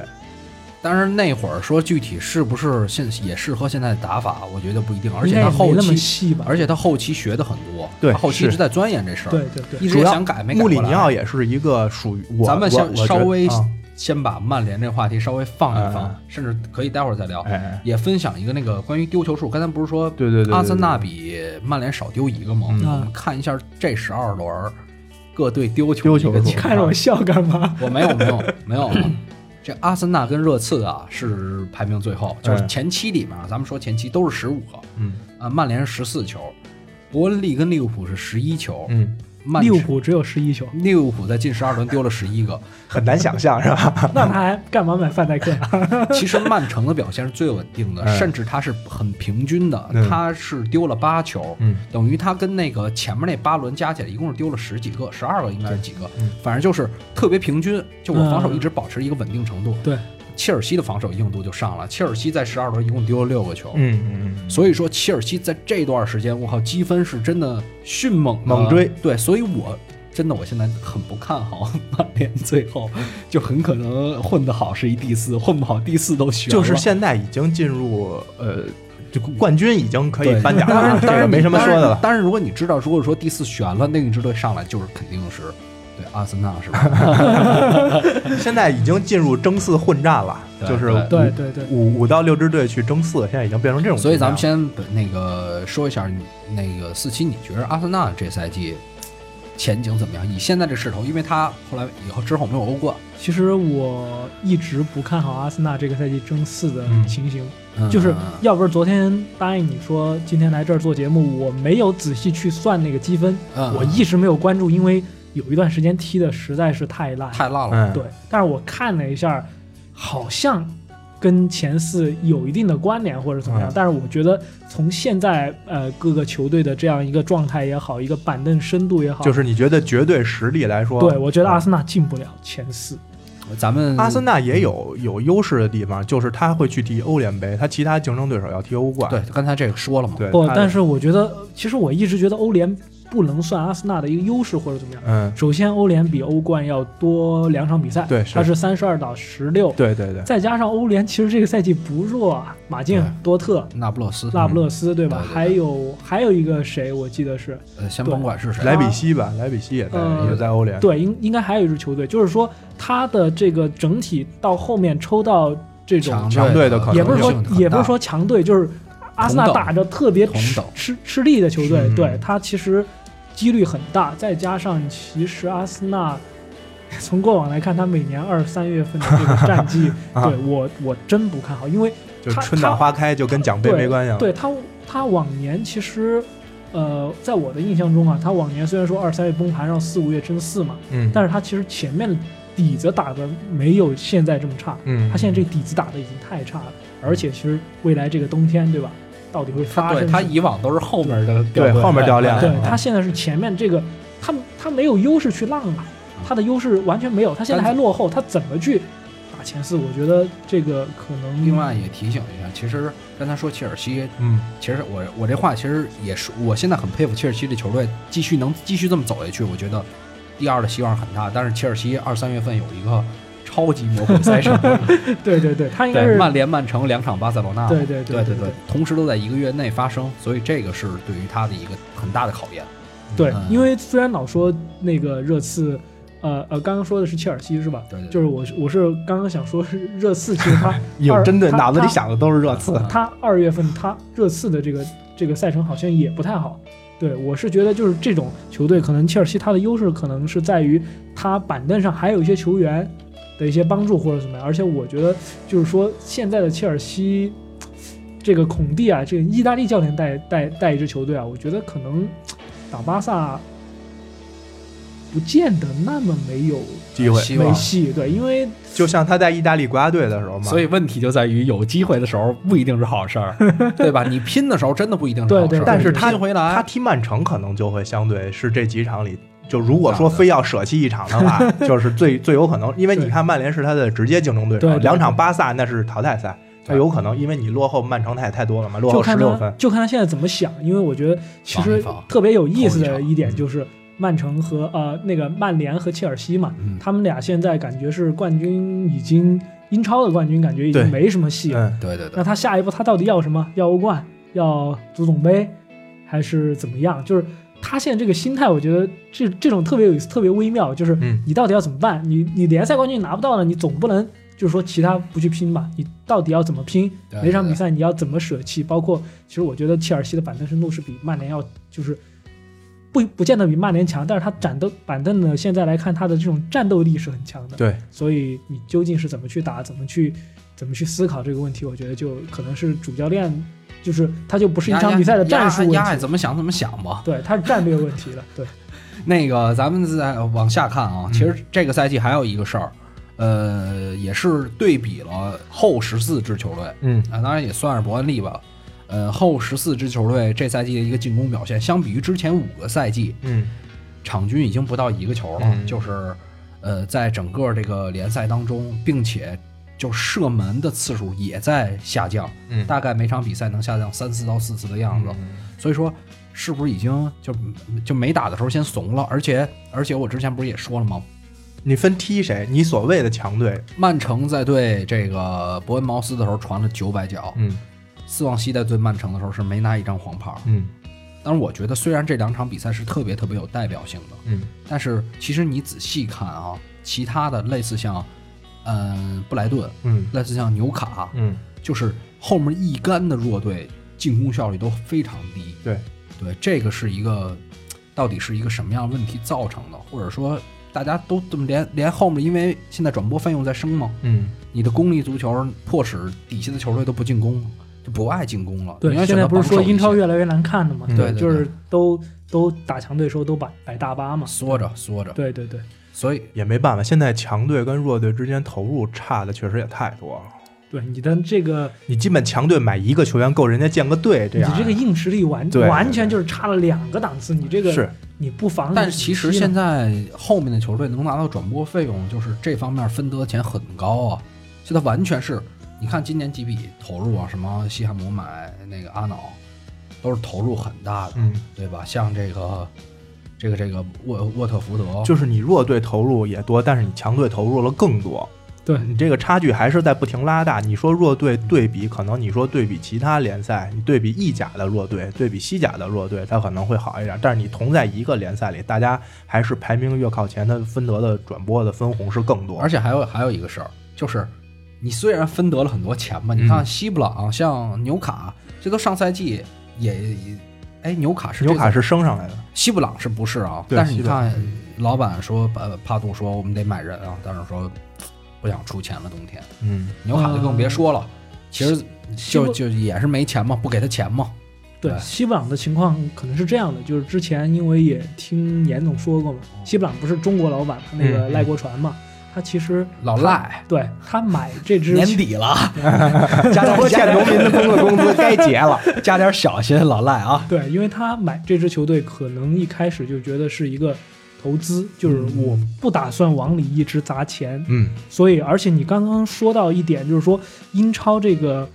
A: 但是那会儿说具体是不是现也适合现在的打法，我觉得不一定。而
C: 应
A: 且
C: 该
A: 他
C: 也没
A: 后
C: 那么
A: 期，
C: 细吧？
A: 而且他后期学的很多，
B: 对
A: 他后期
B: 是
A: 一直在钻研这事儿，
C: 对，对对
A: 一直
B: 主
A: 也
B: 要
A: 想改没改
B: 穆
A: 过
B: 里
A: 来。
B: 尼奥也是一个属于我
A: 咱们
B: 我我
A: 先
B: 觉得
A: 稍微
B: 啊
A: 先把曼联这话题稍微放一放，
B: 嗯嗯
A: 甚至可以待会儿再聊。
B: 哎哎，
A: 也分享一个那个关于丢球数，刚才不是说
B: 对对对对，
A: 阿森纳
B: 对
A: 比曼联少丢一个吗？
B: 嗯
A: 我们看一下这十二轮儿各队丢球
B: 丢球
A: 的一个
B: 数
A: 情况
C: 看着我笑干嘛？
A: 我没有没有没有，啊这阿森纳跟热刺啊是排名最后，就是
B: 嗯
A: 前七里面啊，咱们说前七都是十五个
B: 嗯
A: 啊，曼联十四球，伯恩利跟利物浦是十一球，
B: 嗯，
A: 曼
C: 利
A: 城
C: 物浦只有十一球，
A: 利物浦在近十二轮丢了十一个。
B: 很难想象 是吧？
C: 那他还干嘛买范戴克？
A: 其实曼城的表现是最稳定的，
B: 嗯
A: 甚至他是很平均的
B: 嗯，
A: 他是丢了八球。
B: 嗯，
A: 等于他跟那个前面那八轮加起来，一共是丢了十几个，十二个应该是几个
B: 嗯，
A: 反正就是特别平均。就我防守
C: 嗯
A: 一直保持一个稳定程度，
C: 对，
A: 切尔西的防守硬度就上了。切尔西在十二轮一共丢了六个球，
B: 嗯嗯嗯，
A: 所以说切尔西在这段时间，我靠，积分是真的迅猛的
B: 猛追。
A: 对，所以我真的我现在很不看好曼联，最后就很可能混得好是一第四，混不好第四都悬了。
B: 就是现在已经进入呃，就冠军已经可以
A: 对
B: 颁奖
A: 当
B: 了
A: 然，，
B: 这
A: 当
B: 个
A: 然
B: 没什么说的了。
A: 当然，如果你知道，如果说第四悬了，那一支队上来就是肯定是对阿森纳 是吧？
B: 现在已经进入争四混战了，
A: 对
B: 就是
A: 对
B: 五
C: 对对对
B: 五五到六支队去争四，现在已经变成这种。
A: 所以咱们，先把那个说一下你，那个呃四七，你觉得阿森纳这赛季前景怎么样？以现在这势头，因为他后来以后之后没有欧冠，
C: 其实我一直不看好阿森纳这个赛季争四的
B: 嗯
C: 情形，就是要不是昨天答应你说今天来这儿做节目，我没有仔细去算那个积分，
A: 嗯
C: 我一直没有关注，因为有一段时间踢的实在是太烂。
A: 太烂了，
B: 嗯，
C: 对，但是我看了一下，好像跟前四有一定的关联或者怎么样
B: 嗯，
C: 但是我觉得从现在呃各个球队的这样一个状态也好，一个板凳深度也好，
B: 就是你觉得绝对实力来说，嗯
C: 对我觉得阿森纳进不了前四。
A: 咱们
B: 阿森纳也有有优势的地方，就是他会去踢欧联杯，他其他竞争对手要踢欧冠。
A: 对刚才这个说了嘛，
B: 对，
C: 不，
B: 他
C: 但是我觉得，其实我一直觉得欧联不能算阿森纳的一个优势或者怎么样。
B: 嗯，
C: 首先，欧联比欧冠要多两场比赛，
B: 对是
C: 它是三十二到十六，
B: 对对对，
C: 再加上欧联其实这个赛季不弱啊，马竞
A: 对、
C: 多特、
A: 那不勒斯，
C: 那不勒斯，对吧？
A: 对对对
C: 还有还有一个谁，我记得是
A: 呃，先甭管是谁，
B: 莱比锡吧，莱比锡也在
C: 呃
B: 也在欧联。
C: 对，应应该还有一支球队，就是说它的这个整体到后面抽到这种
A: 强
B: 强队的可能
C: 也不是说
A: 性很大
C: 也不是说强队，就是阿森纳
A: 同等
C: 打着特别吃
A: 同等
C: 吃吃力的球队
B: 嗯，
C: 对他其实几率很大。再加上其实阿森纳 从过往来看，他每年二三月份的这个战 绩，
B: 啊
C: 对我我真不看好，因为
B: 就
C: 他
B: 春暖花开，就跟奖杯没关系
A: 啊
B: 了。
C: 对他他往年其实。呃，在我的印象中啊，他往年虽然说二三月崩盘，然后四五月争四嘛，
B: 嗯，
C: 但是他其实前面底子打的没有现在这么差。
B: 嗯，
C: 他现在这底子打的已经太差了，而且其实未来这个冬天，对吧？到底会发
A: 对
C: 生
A: 他
C: 什么
A: 以往都是后面的
B: 对后面掉链
C: 对
B: 子，
C: 他现在是前面这个他他没有优势去浪啊，他的优势完全没有，他现在还落后，他怎么去打前四？我觉得这个可能
A: 另外也提醒一下，其实刚才说切尔西，
B: 嗯，
A: 其实我我这话其实也是，我现在很佩服切尔西这球队，继续能继续这么走下去，我觉得第二的希望很大。但是切尔西二三月份有一个超级魔鬼赛程，
C: 对对对，他应该
A: 对
C: 是
A: 曼联、曼城两场巴塞罗那嘛，
C: 对对
A: 对
C: 对
A: 对
C: 对，
A: 同时都在一个月内发生，所以这个是对于他的一个很大的考验。
C: 对
A: 嗯，
C: 因为虽然老说那个热刺，呃呃，刚刚说的是切尔西是吧？
A: 对对对
C: 就是我是我是刚刚想说是热刺，其实 他
B: 有
C: 二
B: 真的
C: 他
B: 脑子里
C: 他
B: 想的都是热刺，
C: 他二月份他热刺的这个这个赛程好像也不太好。对我是觉得就是这种球队，可能切尔西他的优势可能是在于他板凳上还有一些球员的一些帮助或者怎么样。而且我觉得就是说现在的切尔西。这个孔蒂啊，这个意大利教练带带带一支球队啊，我觉得可能打巴萨不见得那么没有
B: 机会。
A: 希
C: 没
A: 望。
C: 戏。对，因为
B: 就像他在意大利国家队的时候嘛，
A: 所以问题就在于，有机会的时候不一定是好事 儿，对吧？你拼的时候真的不一定是好事儿。
C: 对对
B: 但是他
A: 拼回
B: 他
C: 啊
A: 来，
B: 踢曼城可能就会相对是这几场里，就如果说非要舍弃一场的 话，就是最最有可能，因为你看曼联是他的直接竞争对手
C: 对，对
B: 两场巴萨那是淘汰赛，他
A: 对
B: 有可能因为你落后曼城太太多了嘛，落
C: 就
B: 后十
C: 看
B: 六
C: 他
B: 分，
C: 就看他现在怎么想，因为我觉得其
A: 防一
C: 实
A: 防
C: 特别有意思
A: 投一
C: 的
A: 场嗯
C: 一点就是曼城和呃那个曼联和切尔西嘛，
A: 嗯，
C: 他们俩现在感觉是冠军已经英超的冠军感觉已
B: 对
C: 经没什么戏了。
B: 嗯，
A: 对对对
C: 那，他下一步他到底要什么？要欧冠？要足总杯？还是怎么样？就是他现在这个心态，我觉得这这种特别有意思，特别微妙，就是
B: 嗯
C: 你到底要怎么办？你你联赛冠军拿不到了，你总不能就是说其他不去拼吧？你到底要怎么拼？
A: 对
C: 每场比赛你要怎么舍弃？包括其实我觉得切尔西的板凳深度是比曼联要就是不不见得比曼联强，但是他战斗板凳呢，现在来看他的这种战斗力是很强的。
B: 对，
C: 所以你究竟是怎么去打，怎么去怎么去思考这个问题，我觉得就可能是主教练就是他就不是一场比赛的战术问
A: 压
C: 题，
A: 怎么想怎么想吧。
C: 对，他是战略问 题了。对，
A: 那个，咱们再往下看啊，
B: 嗯
A: 其实这个赛季还有一个事儿，呃，也是对比了后十四支球队
B: 嗯，
A: 啊，当然也算是伯恩利吧。呃，后十四支球队这赛季的一个进攻表现，相比于之前五个赛季，
B: 嗯，
A: 场均已经不到一个球了，
B: 嗯
A: 就是呃，在整个这个联赛当中，并且就射门的次数也在下降，
B: 嗯
A: 大概每场比赛能下降三次到四次的样子。
C: 嗯
A: 所以说，是不是已经就就没打的时候先怂了？而且而且我之前不是也说了吗？
B: 你分踢谁？你所谓的强队，
A: 曼城在对这个伯恩茅斯的时候传了九百脚，
B: 嗯
A: 斯旺西在对曼城的时候是没拿一张黄牌。
B: 嗯
A: 但是我觉得，虽然这两场比赛是特别特别有代表性的，
B: 嗯
A: 但是其实你仔细看啊，其他的类似像，嗯、布莱顿，
B: 嗯
A: 类似像纽卡，啊
B: 嗯，
A: 就是后面一干的弱队进攻效率都非常低。
B: 对，
A: 对，这个是一个到底是一个什么样的问题造成的，或者说大家都这么连连后面，因为现在转播费用在升嘛，
B: 嗯
A: 你的功利足球迫使底下的球队都不进攻了，就不爱进攻了。
C: 对
A: 你要，
C: 现在不是说英超越来越难看了嘛？
B: 嗯
A: 对对
C: 就是都都打强队的时候都摆摆大巴嘛。
A: 缩着缩着，
C: 对对对，
A: 所以
B: 也没办法，现在强队跟弱队之间投入差的确实也太多了。
C: 对你的这个
B: 你基本强队买一个球员够人家建个队，这
C: 你
B: 样
C: 这个硬实力完
B: 对对对
C: 完全就是差了两个档次，你这个
B: 是
C: 你不防，
A: 但是其实
C: 你踢了
A: 现在后面的球队能拿到转播费用，就是这方面分得的钱很高啊，就他完全是，你看今年几笔投入啊，什么西汉姆买那个阿瑙，都是投入很大的，
B: 嗯。
A: 对吧？像这个这个这个沃沃特福德，
B: 就是你弱队投入也多，但是你强队投入了更多，
C: 对
B: 你这个差距还是在不停拉大。你说弱队对比，可能你说对比其他联赛，你对比意甲的弱队，对比西甲的弱队，它可能会好一点。但是你同在一个联赛里，大家还是排名越靠前，它分得的转播的分红是更多。
A: 而且还有还有一个事儿，就是你虽然分得了很多钱吧，你
B: 嗯
A: 看西布朗、像纽卡，这都上赛季也，也哎，纽卡是这
B: 纽卡
A: 个
B: 是升上来的，
A: 西布朗是不是啊？
B: 对
A: 但是你
B: 西布朗
A: 看，老板说，呃，帕杜说我们得买人啊，但是说不想出钱了，冬天
B: 嗯，
A: 纽卡就更别说了。其实
C: 西
A: 就
C: 布
A: 就也是没钱嘛，不给他钱嘛。
C: 对
B: 哎
A: 对
C: 西布朗的情况可能是这样的，就是之前因为也听严总说过嘛，西布朗不是中国老板他那个
B: 哦嗯
C: 赖国传嘛，他其实
A: 老赖，
C: 对他买这支
D: 年底了，加
B: 这
D: 点
B: 不
D: 加
B: 欠
D: 点
B: 农民的工作工资该结了。
D: 加点小心，老赖啊！
C: 对，因为他买这支球队可能一开始就觉得是一个投资，就是我不打算往里一直砸钱，
B: 嗯，
C: 所以而且你刚刚说到一点，就是说英超这个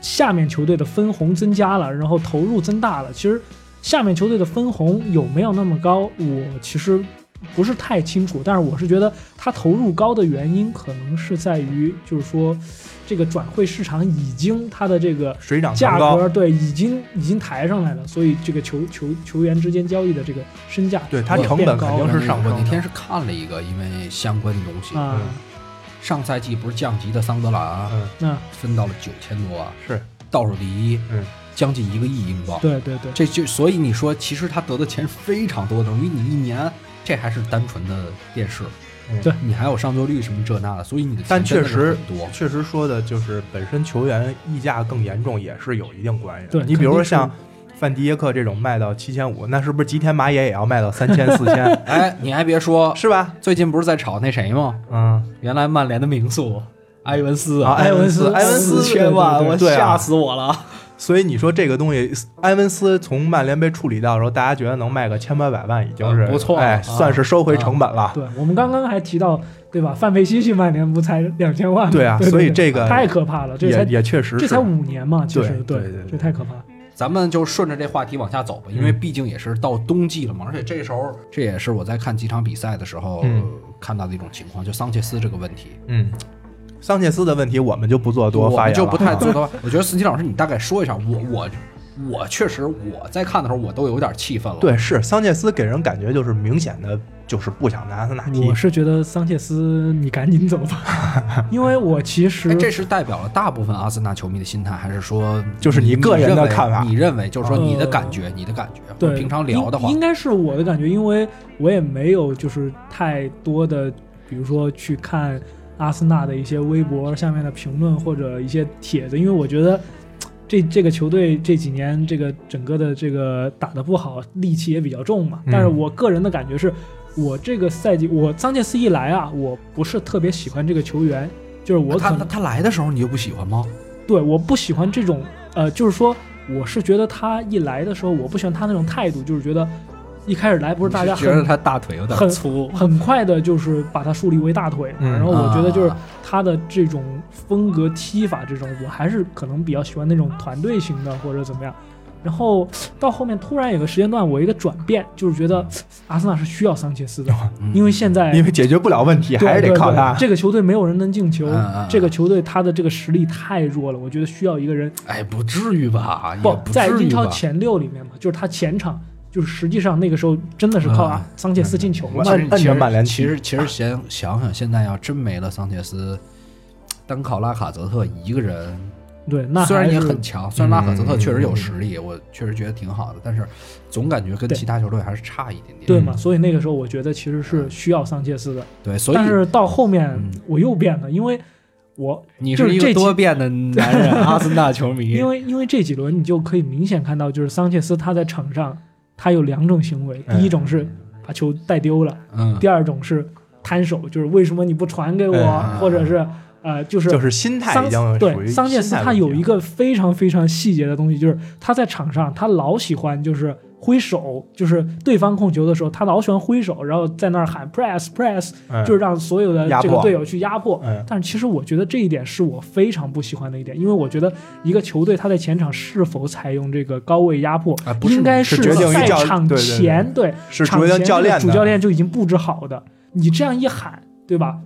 C: 下面球队的分红增加了，然后投入增大了，其实下面球队的分红有没有那么高，我其实。不是太清楚，但是我是觉得它投入高的原因可能是在于，就是说，这个转会市场已经它的这个
B: 水涨
C: 价
B: 船高。
C: 格对已经已经抬上来了，所以这个球球球员之间交易的这个身价
B: 对它
C: 会
B: 成
C: 变
B: 本
C: 高
B: 肯定
C: 了
B: 是上升
A: 我
B: 的
A: 那天是看了一个，因为相关的东西，
C: 啊，
A: 上赛季不是降级的桑德兰啊
B: 嗯，
C: 那
A: 分到了九千多万，
B: 是
A: 倒数第一，
B: 嗯，
A: 将近一个亿英镑。
C: 对对对，
A: 这就所以你说，其实他得的钱非常多，等于你一年这还是单纯的电视，
B: 嗯
C: 对
A: 你还有上座率什么这那的，所以你的钱
B: 但确
A: 真的是
B: 实
A: 很多，
B: 确实说的就是本身球员溢价更严重，也是有一定关系的。
C: 对
B: 你比如说
C: 肯定是
B: 像范迪耶克这种卖到七千五，那是不是吉田麻也也要卖到三千四 千，
A: 哎，你还别说，
B: 是吧？
A: 最近不是在炒那谁吗？
B: 嗯，
A: 原来曼联的名宿埃文斯
B: 啊，埃文斯，
C: 埃
B: 埃文
C: 文
B: 斯
C: 斯对对
D: 千万，
C: 对
D: 我
B: 对啊
D: 吓死我 了！
B: 所以你说这个东西，埃文斯从曼联被处理掉的时候，大家觉得能卖个千八百万已经是
A: 啊不错了
B: 哎，
A: 啊
B: 算是收回成本了。
C: 对我们刚刚还提到对吧？范佩西去曼联不才两千万吗？
B: 对啊
C: 对
B: 所以这个
C: 太可怕了，这
B: 也
C: 才
B: 也确实
C: 这
B: 是
C: 才五年嘛，其实
B: 对对对对
C: 这太可怕了。
A: 咱们就顺着这话题往下走吧，因为毕竟也是到冬季了嘛，而且这时候这也是我在看几场比赛的时候、
B: 嗯
A: 呃看到的一种情况，就桑切斯这个问题，
B: 嗯，桑切斯的问题我们就不做多
A: 我
B: 发
A: 们
B: 言
A: 就不太做
B: 做
A: 多。我觉得司机老师，你大概说一下，我我我确实我在看的时候我都有点气愤了。，
B: 对，是桑切斯给人感觉就是明显的就是不想拿他纳踢
C: 我，是觉得桑切斯，你赶紧走吧， 因为我其实
A: 哎，这是代表了大部分阿森纳球迷的心态，还是说
B: 就是你个人的
A: 认为
B: 看法
A: 你认为就是说你的
C: 呃
A: 感觉，你的感觉。
C: 对，
A: 平常聊的话
C: 应，应该是我的感觉，因为我也没有就是太多的，比如说去看阿森纳的一些微博下面的评论或者一些帖子，因为我觉得。嘖这这个球队这几年这个整个的这个打得不好，戾气也比较重嘛。
B: 嗯
C: 但是我个人的感觉是，我这个赛季我桑切斯一来啊，我不是特别喜欢这个球员，就是我可
A: 啊他
C: 能
A: 他他来的时候你就不喜欢吗？
C: 对，我不喜欢这种，呃，就是说，我是觉得他一来的时候，我不喜欢他那种态度，就是觉得一开始来不是大家
A: 你觉得
C: 很
A: 他大腿有点
C: 很
A: 粗，
C: 很快的，就是把他树立为大腿嘛。
B: 嗯
C: 然后我觉得就是
A: 啊
C: 他的这种风格、踢法这种，我还是可能比较喜欢那种团队型的或者怎么样。然后到后面突然有个时间段，我有一个转变，就是觉得阿森纳是需要桑切斯的，
A: 嗯
C: 因为现
A: 哎
C: 在
B: 因为解决不了问题，
C: 对
B: 还是得
C: 对
B: 靠
C: 对
B: 他。
C: 这个球队没有人能进球，
A: 嗯嗯嗯
C: 这个球队他的这个实力太弱了，我觉得需要一个人
A: 哎，不至于吧？也
C: 不
A: 不
C: 在
A: 至
C: 英
A: 于
C: 超
A: 吧
C: 前六里面嘛，就是他前场就是实际上那个时候真的是靠
A: 啊嗯
C: 啊桑切斯进球嘛
B: 我，摁摁着曼联踢
A: 其实其实想想想，现在要真没了桑切斯，单靠拉卡泽特一个人，
C: 对，那
A: 虽然
C: 还
A: 也
C: 是
A: 很强，虽然拉卡泽特确实有
B: 嗯
A: 实力，我确实觉得挺好的，但是总感觉跟
C: 对
A: 其他球队还是差一点点。
C: 对嘛，所以那个时候我觉得其实是需要桑切斯的，
A: 对，嗯所以
C: 但是到后面
A: 嗯
C: 我又变了，因为我
A: 你
C: 就是
A: 一
C: 这
A: 个
C: 几
A: 多变的男人，阿森纳球迷
C: 因。为因为这几轮你就可以明显看到，就是桑切斯他在场上他有两种行为，
B: 嗯
C: 第一种是把球带丢了，
A: 哎嗯，
C: 第二种是摊手，就是为什么你不传给我
A: 哎
B: 嗯，
C: 或
A: 啊
C: 者是呃就是
B: 就是心态
C: 桑
B: 已经属于
C: 对桑切斯，他有一个非常非常细节的东西，就是他在场上他老喜欢就是挥手，就是对方控球的时候，他老喜欢挥手，然后在那儿喊 press press，就是
B: 是
C: 让所有的
B: 嗯压
C: 这
B: 迫
C: 个队友去压迫。
B: 嗯
C: 但是其实我觉得这一点是我非常不喜欢的一点，因为我觉得一个球队他在前场是否采用这个高位压迫，
A: 啊不是
C: 应该
B: 是决定于
C: 在
B: 教
C: 场
B: 对对对
C: 前对
B: 是
C: 场
B: 主
C: 前
B: 要教练
C: 这
B: 的
C: 个主教练就已经布置好的，你这样一喊，对吧？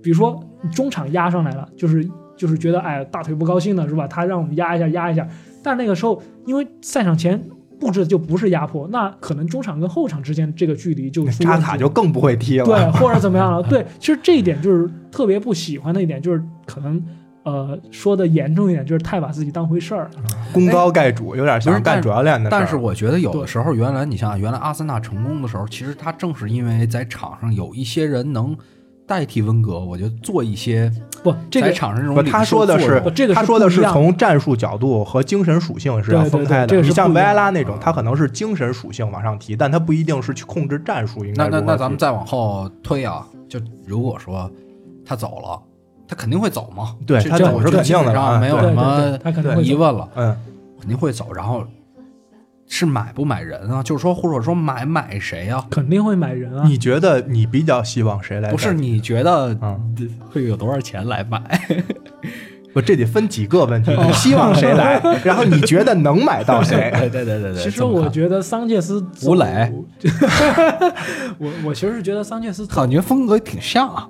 C: 比如说你中场压上来了，就是就是觉得哎大腿不高兴了是吧？他让我们压一下压一下，但那个时候因为赛场前布置的就不是压迫，那可能中场跟后场之间这个距离就出
B: 扎
C: 问题
B: 卡就更不会踢了。
C: 对，或者怎么样了？对，其实这一点就是特别不喜欢的一点，就是可能呃说的严重一点，就是太把自己当回事儿了。
A: 啊
B: 功
C: 哎
B: 高盖主，有点
A: 不是
B: 像
A: 但
B: 干
A: 是
B: 主教练的事儿。
A: 但是我觉得有的
C: 对
A: 时候，原来你像原来阿森纳成功的时候，其实他正是因为在场上有一些人能代替温格，我觉得做一些
C: 不，这
A: 在
C: 个
A: 场上这种
B: 不，
A: 领
B: 他
A: 袖
B: 说的
A: 作
B: 是
A: 用
C: 这个是
B: 他说的
C: 不
B: 是
C: 一样
B: 从战术角度和精神属性是要
C: 对对
B: 分开
C: 对
B: 的。
C: 这个是
B: 你像
C: 不一
B: 维
C: 样嗯
B: 埃拉那种，他可能是精神属性往上提，但他不一定是去控制战术。应
A: 那
B: 该
A: 那
B: 如何
A: 那咱们
B: 踢
A: 再往后推啊，就如果说他走了，他肯定会走嘛，
B: 对
C: 这
B: 他
C: 这
B: 走是肯定的
A: 这
B: 啊，
A: 这没有
C: 对
A: 什
C: 对
A: 么
C: 对，他可能会
A: 疑
C: 走
A: 问了，
B: 嗯，
C: 啊
A: 肯定会走。然后是买不买人啊？就是说，或者说买买谁啊？
C: 肯定会买人啊。
B: 你觉得你比较希望谁来代替？
A: 不是你觉得
B: 嗯
A: 会有多少钱来买？
B: 不，这得分几个问题。你希望谁 来？然后你觉得能买到 谁？
A: 哎对对对对对。
C: 其实
A: 这么看
C: 我觉得桑切斯走
A: 吴磊，
C: 我我其实是觉得桑切斯走
A: 感觉风格挺像啊。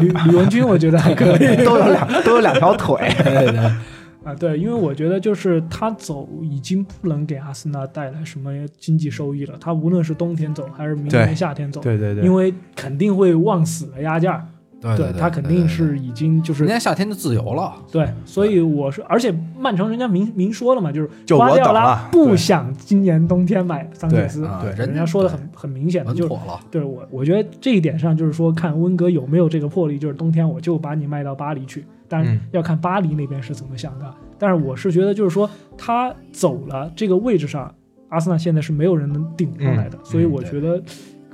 C: 吕吕文君，我觉得还可以
B: 都有两都有两条腿。
A: 对对，
C: 啊。对，因为我觉得就是他走已经不能给阿森纳带来什么经济收益了。他无论是冬天走还是明
B: 对
C: 年夏天走，
B: 对对对，
C: 因为肯定会往死了压价。
A: 对对，
C: 他肯定是已经就是
A: 人家夏天就自由了。
C: 对，所以我是，而且曼城人家明明说了嘛，就是
B: 就我
C: 瓜迪奥
B: 等
C: 拉
B: 了
C: 不想今年冬天买桑切斯，
A: 啊
B: 对
C: 嗯人家说的很很明显的，
A: 稳
C: 就是
A: 妥了。
C: 对我我觉得这一点上就是说看温格有没有这个魄力，就是冬天我就把你卖到巴黎去，当然
B: 嗯
C: 要看巴黎那边是怎么想的。但是我是觉得就是说他走了这个位置上，阿森纳现在是没有人能顶上来的，
B: 嗯
C: 所以
B: 嗯
C: 我
A: 对
C: 觉得。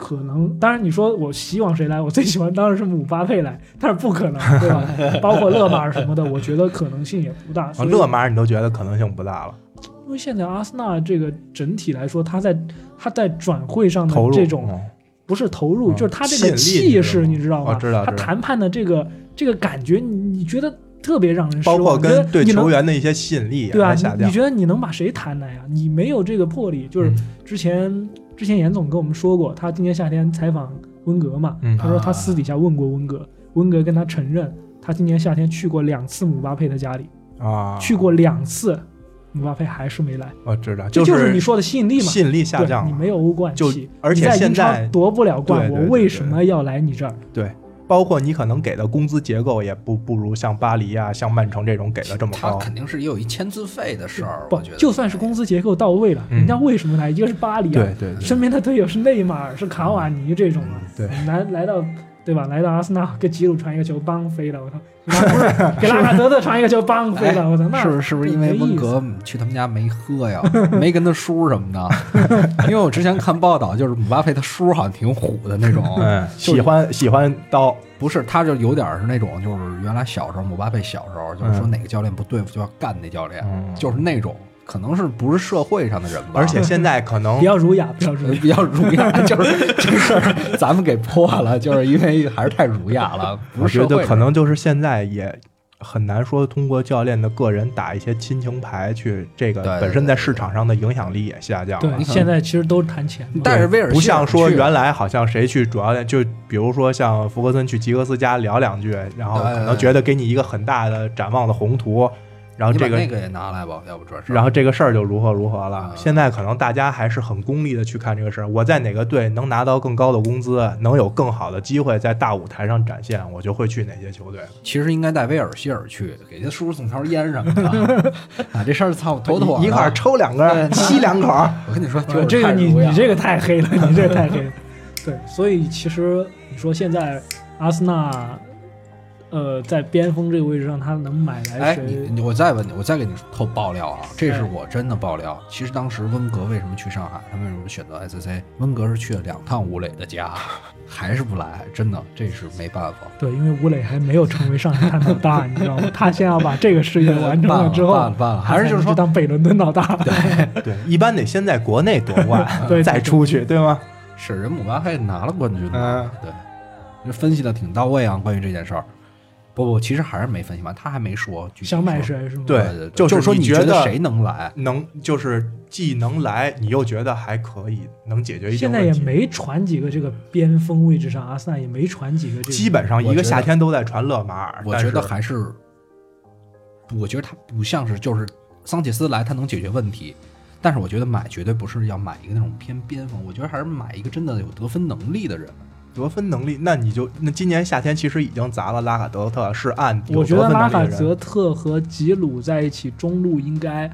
C: 可能，当然，你说我希望谁来？我最喜欢当然是姆巴佩来，但是不可能，对吧？包括勒马尔什么的，我觉得可能性也不大。
B: 啊
C: 所以
B: 勒马尔你都觉得可能性不大了，
C: 因为现在阿森纳这个整体来说，他在他在转会上的
B: 投入
C: 这种
B: 嗯
C: 不是投入，
B: 嗯
C: 就是他这个
B: 吸引力
C: 气势，
B: 你
C: 你
B: 知
C: 知
B: 道
C: 道
B: 吗哦
C: 吗？
B: 知道
C: 他
B: 知道
C: 谈判的这个这个感觉，你你觉得特别让人失
B: 包括
C: 望。觉
B: 跟
C: 得
B: 对
C: 你能
B: 球员的一些吸引力也
C: 对啊，
B: 在下
C: 你
B: 降
C: 你。觉得你能把谁谈来呀、你没有这个魄力。就是
B: 嗯
C: 之前、之前严总跟我们说过，他今年夏天采访温格嘛，
B: 嗯
C: 他说
A: 啊
C: 他私底下问过温格，温格跟他承认，他今年夏天去过两次姆巴佩的家里，
B: 啊，
C: 去过两次，姆巴佩还是没来，
B: 我知道，
C: 这
B: 是
C: 是你说的吸引力嘛。
B: 吸引力下
C: 对
B: 降
C: 你
B: 了
C: 没有欧冠
B: 就
C: 气，
B: 而且
C: 你在
B: 现
C: 英超
B: 在
C: 夺不了冠，
B: 对对对
C: 我为什么要来你这儿？
B: 对，包括你可能给的工资结构也不不如像巴黎啊、像曼城这种给的这么
A: 他
B: 高。
A: 肯定是也有一签字费的事儿，
C: 不
A: 我觉得，
C: 就算是工资结构到位了，
B: 嗯
C: 人家为什么来？一个是巴黎啊，
B: 对对对
C: 身边的队友是内马尔、是卡瓦尼这种啊，
B: 对，
C: 来来到对吧？来到阿森纳给吉鲁传一个球，邦飞了，我操！不是给拉卡泽特传一个球，邦飞
B: 哎
C: 了，我操！那
A: 哎是不是是不是因为温格去他们家没喝呀， 没跟他叔什么的？因为我之前看报道，就是姆巴佩他叔好像挺虎的那种，
B: 嗯，
A: 就是
B: 喜欢喜欢刀，
A: 不是，他就有点儿是那种，就是原来小时候姆巴佩小时候就是说哪个教练不对付就要干那教练，
B: 嗯
A: 就是那种可能是不是社会上的人吧，
B: 而且现在可能
C: 比较儒雅，比较儒
A: 呃
C: 雅。
A: 比较儒雅，就是这事儿咱们给破了，就是因为还是太儒雅 了，不
B: 我
A: 是
B: 觉
A: 社会
B: 得
A: 人
B: 可能就是现在也很难说通过教练的个人打一些亲情牌去，这个
A: 对对
B: 本身在市场上的影响力也下降了
C: 对，。现在其实都是谈钱嘛，
A: 但是威尔逊
B: 不像说
A: 去
B: 原来好像谁去主教练，就比如说像福格森去吉格斯家聊两句，然后
A: 对
B: 可能觉得给你一个很大的展望的宏图，然后
A: 你把
B: 这个
A: 那个也拿来吧，要不转身。
B: 然后这个事儿就如何如何了
A: 嗯。
B: 现在可能大家还是很功利的去看这个事儿，我在哪个队能拿到更高的工资，能有更好的机会在大舞台上展现，我就会去哪些球队。
A: 其实应该带威尔希尔去，给他叔叔送条烟什么 的，啊，这事儿操妥妥的
B: 一块儿抽两根，吸两口。
A: 我跟你说，
C: 对，这个你你
A: 啊
C: 这个太黑了，你这个 太黑了。对，所以其实你说现在阿森纳，呃，在边锋这个位置上，他能买来
A: 哎，
C: 谁？
A: 你你我再问你，我再给你透爆料啊，这是
C: 哎
A: 我真的爆料。其实当时温格为什么去上海，他为什么选择 SC？温格是去了两趟吴磊的家，还是不来，真的这是没办法。
C: 对，因为吴磊还没有成为上海滩老大，你知道吗？他先要把这个事业完成
A: 办
C: 之后，
A: 办了办了，还是就是
C: 他才能去
A: 说，
C: 当北伦敦老大。对
B: 对，一般得先在国内夺冠，
C: 对，
B: 再出去， 对吗？
A: 是人姆巴佩拿了冠军呢
B: 嗯，
A: 对，这分析的挺到位啊，关于这件事儿。不不，其实还是没分析完，他还没说具体
C: 想买
A: 说。
C: 谁是吗？
B: 对
A: 对对，
B: 就是
A: 说
B: 你
A: 你
B: 觉得
A: 得谁能来？
B: 能就是既能来，你又觉得还可以，能解决一些
C: 现在
B: 问
C: 也
B: 题。
C: 没传几个这个边锋位置上，阿森纳也没传几个这个。
B: 基本上一个夏天都在传勒马尔，
A: 我
B: 但
A: 觉
B: 是
A: 得还是，我觉得他不像是就是桑切斯来他能解决问题，但是我觉得买绝对不是要买一个那种偏边锋，我觉得还是买一个真的有得分能力的人。
B: 得分能力，那你就那今年夏天其实已经砸了拉卡德特，是按有
C: 我觉
B: 得
C: 得
B: 分能
C: 拉
B: 力的
C: 卡
B: 人
C: 泽特和吉鲁在一起中路应该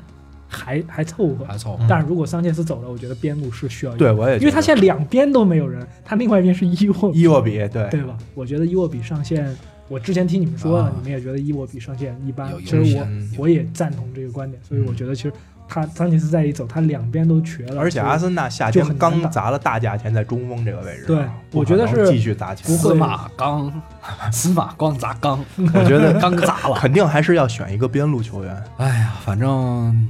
C: 还还凑合，
A: 还凑合
B: 嗯，
C: 但如果桑切斯走了，我觉得边路是需要一个
B: 对，，我也觉得
C: 因为他现在两边都没有人，他另外一边是伊沃，
B: 伊沃比对
C: 对吧？我觉得伊沃比上线我之前听你们说了，
A: 啊
C: 你们也觉得伊沃比上线一般
A: 有，
C: 其实
A: 有
C: 我
B: 嗯
C: 我也赞同这个观点，所以我觉得其实他桑切斯再一走，他两边都瘸了，
B: 而且
C: 就
B: 阿森纳夏
C: 就很
B: 天
C: 难打
B: 刚砸了大价钱在中锋这个位置，
C: 对
B: 不
C: 我
B: 可
C: 觉得
B: 能
C: 是
B: 继续砸钱
C: 不，会
A: 司马刚，司马光砸缸，
B: 我觉得
A: 缸砸了。
B: 肯定还是要选一个边路球员。
A: 哎呀，反正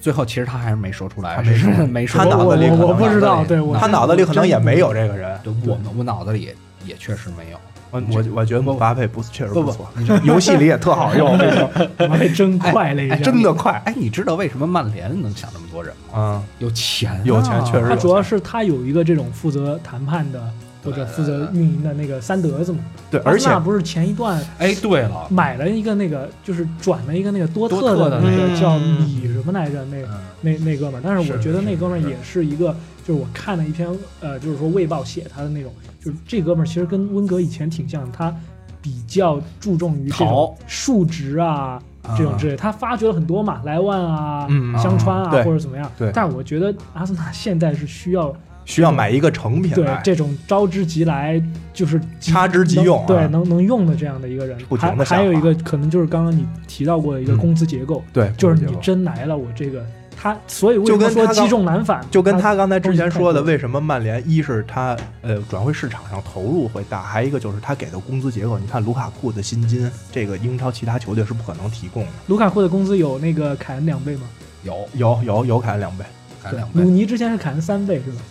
A: 最后其实他还是没说出来，
B: 他没说
A: 是没说
B: 他
A: 出来。
B: 脑子里
C: 我
B: 可
C: 我我
B: 能
C: 不知道，
A: 脑子里
C: 对我
B: 他脑子里可能也没有这个人。
A: 对我我脑子里也确实没有。
B: 我我我觉得姆巴佩不确实
A: 不不
B: 错，游戏里也特好 用，
C: 我还真快了一下，
B: 哎真的快。
A: 哎，你知道为什么曼联能想那么多人吗？
B: 嗯，
A: 有钱啊，
B: 有钱确实
C: 他
B: 有
C: 主要
B: 钱。
C: 是他有一个这种负责谈判的或者负责运营的那个三德子嘛，
B: 对，
C: 阿
B: 而且
C: 森纳不是前一段
A: 哎，对了，
C: 买了一个那个，就是转了一个那个多
A: 多特
C: 特
A: 的
C: 的
A: 那
C: 那
A: 个
C: 个叫
B: 嗯
C: 米什么来着？那
A: 嗯
C: 那那哥们儿，但是我
A: 是
C: 觉得那
A: 是
C: 哥们
A: 是
C: 儿也是一个，就是我看了一篇呃，就是说《卫报》写他的那种，就是这哥们儿其实跟温格以前挺像，他比较注重于这
A: 淘
C: 种数值啊这种之类，他发掘了很多嘛，莱万啊、
B: 嗯
C: 香川啊
B: 对
C: 或者怎么样，
B: 对
C: 但是我觉得阿森纳现在是需要
B: 需要买一个成品
C: 对
B: 来，
C: 这种招之即来，就是即
B: 掐之即
C: 能
B: 用啊
C: 对，能能用的这样的一个人。
B: 不停地
C: 还
B: 下
C: 还有
B: 滑
C: 一个可能就是刚刚你提到过的一个
B: 嗯
C: 工资结构，
B: 对，
C: 就是
B: 不
C: 你
B: 结构
C: 真来了，我这个他，所以为
B: 就
C: 什么
B: 跟
C: 说
B: 他刚
C: 击中难返，
B: 就跟
C: 他
B: 他刚才之前说的，
C: 东西太多
B: 为什么曼联一是他呃转会市场上投入会大，还一个就是他给的工资结构。你看卢卡库的薪金，这个英超其他球队是不可能提供的。
C: 卢卡库的工资有那个凯恩两倍吗？
A: 有
B: 有有有砍两倍，
A: 砍两
C: 鲁
A: 倍，
C: 尼之前是凯恩三倍是吧？
A: 嗯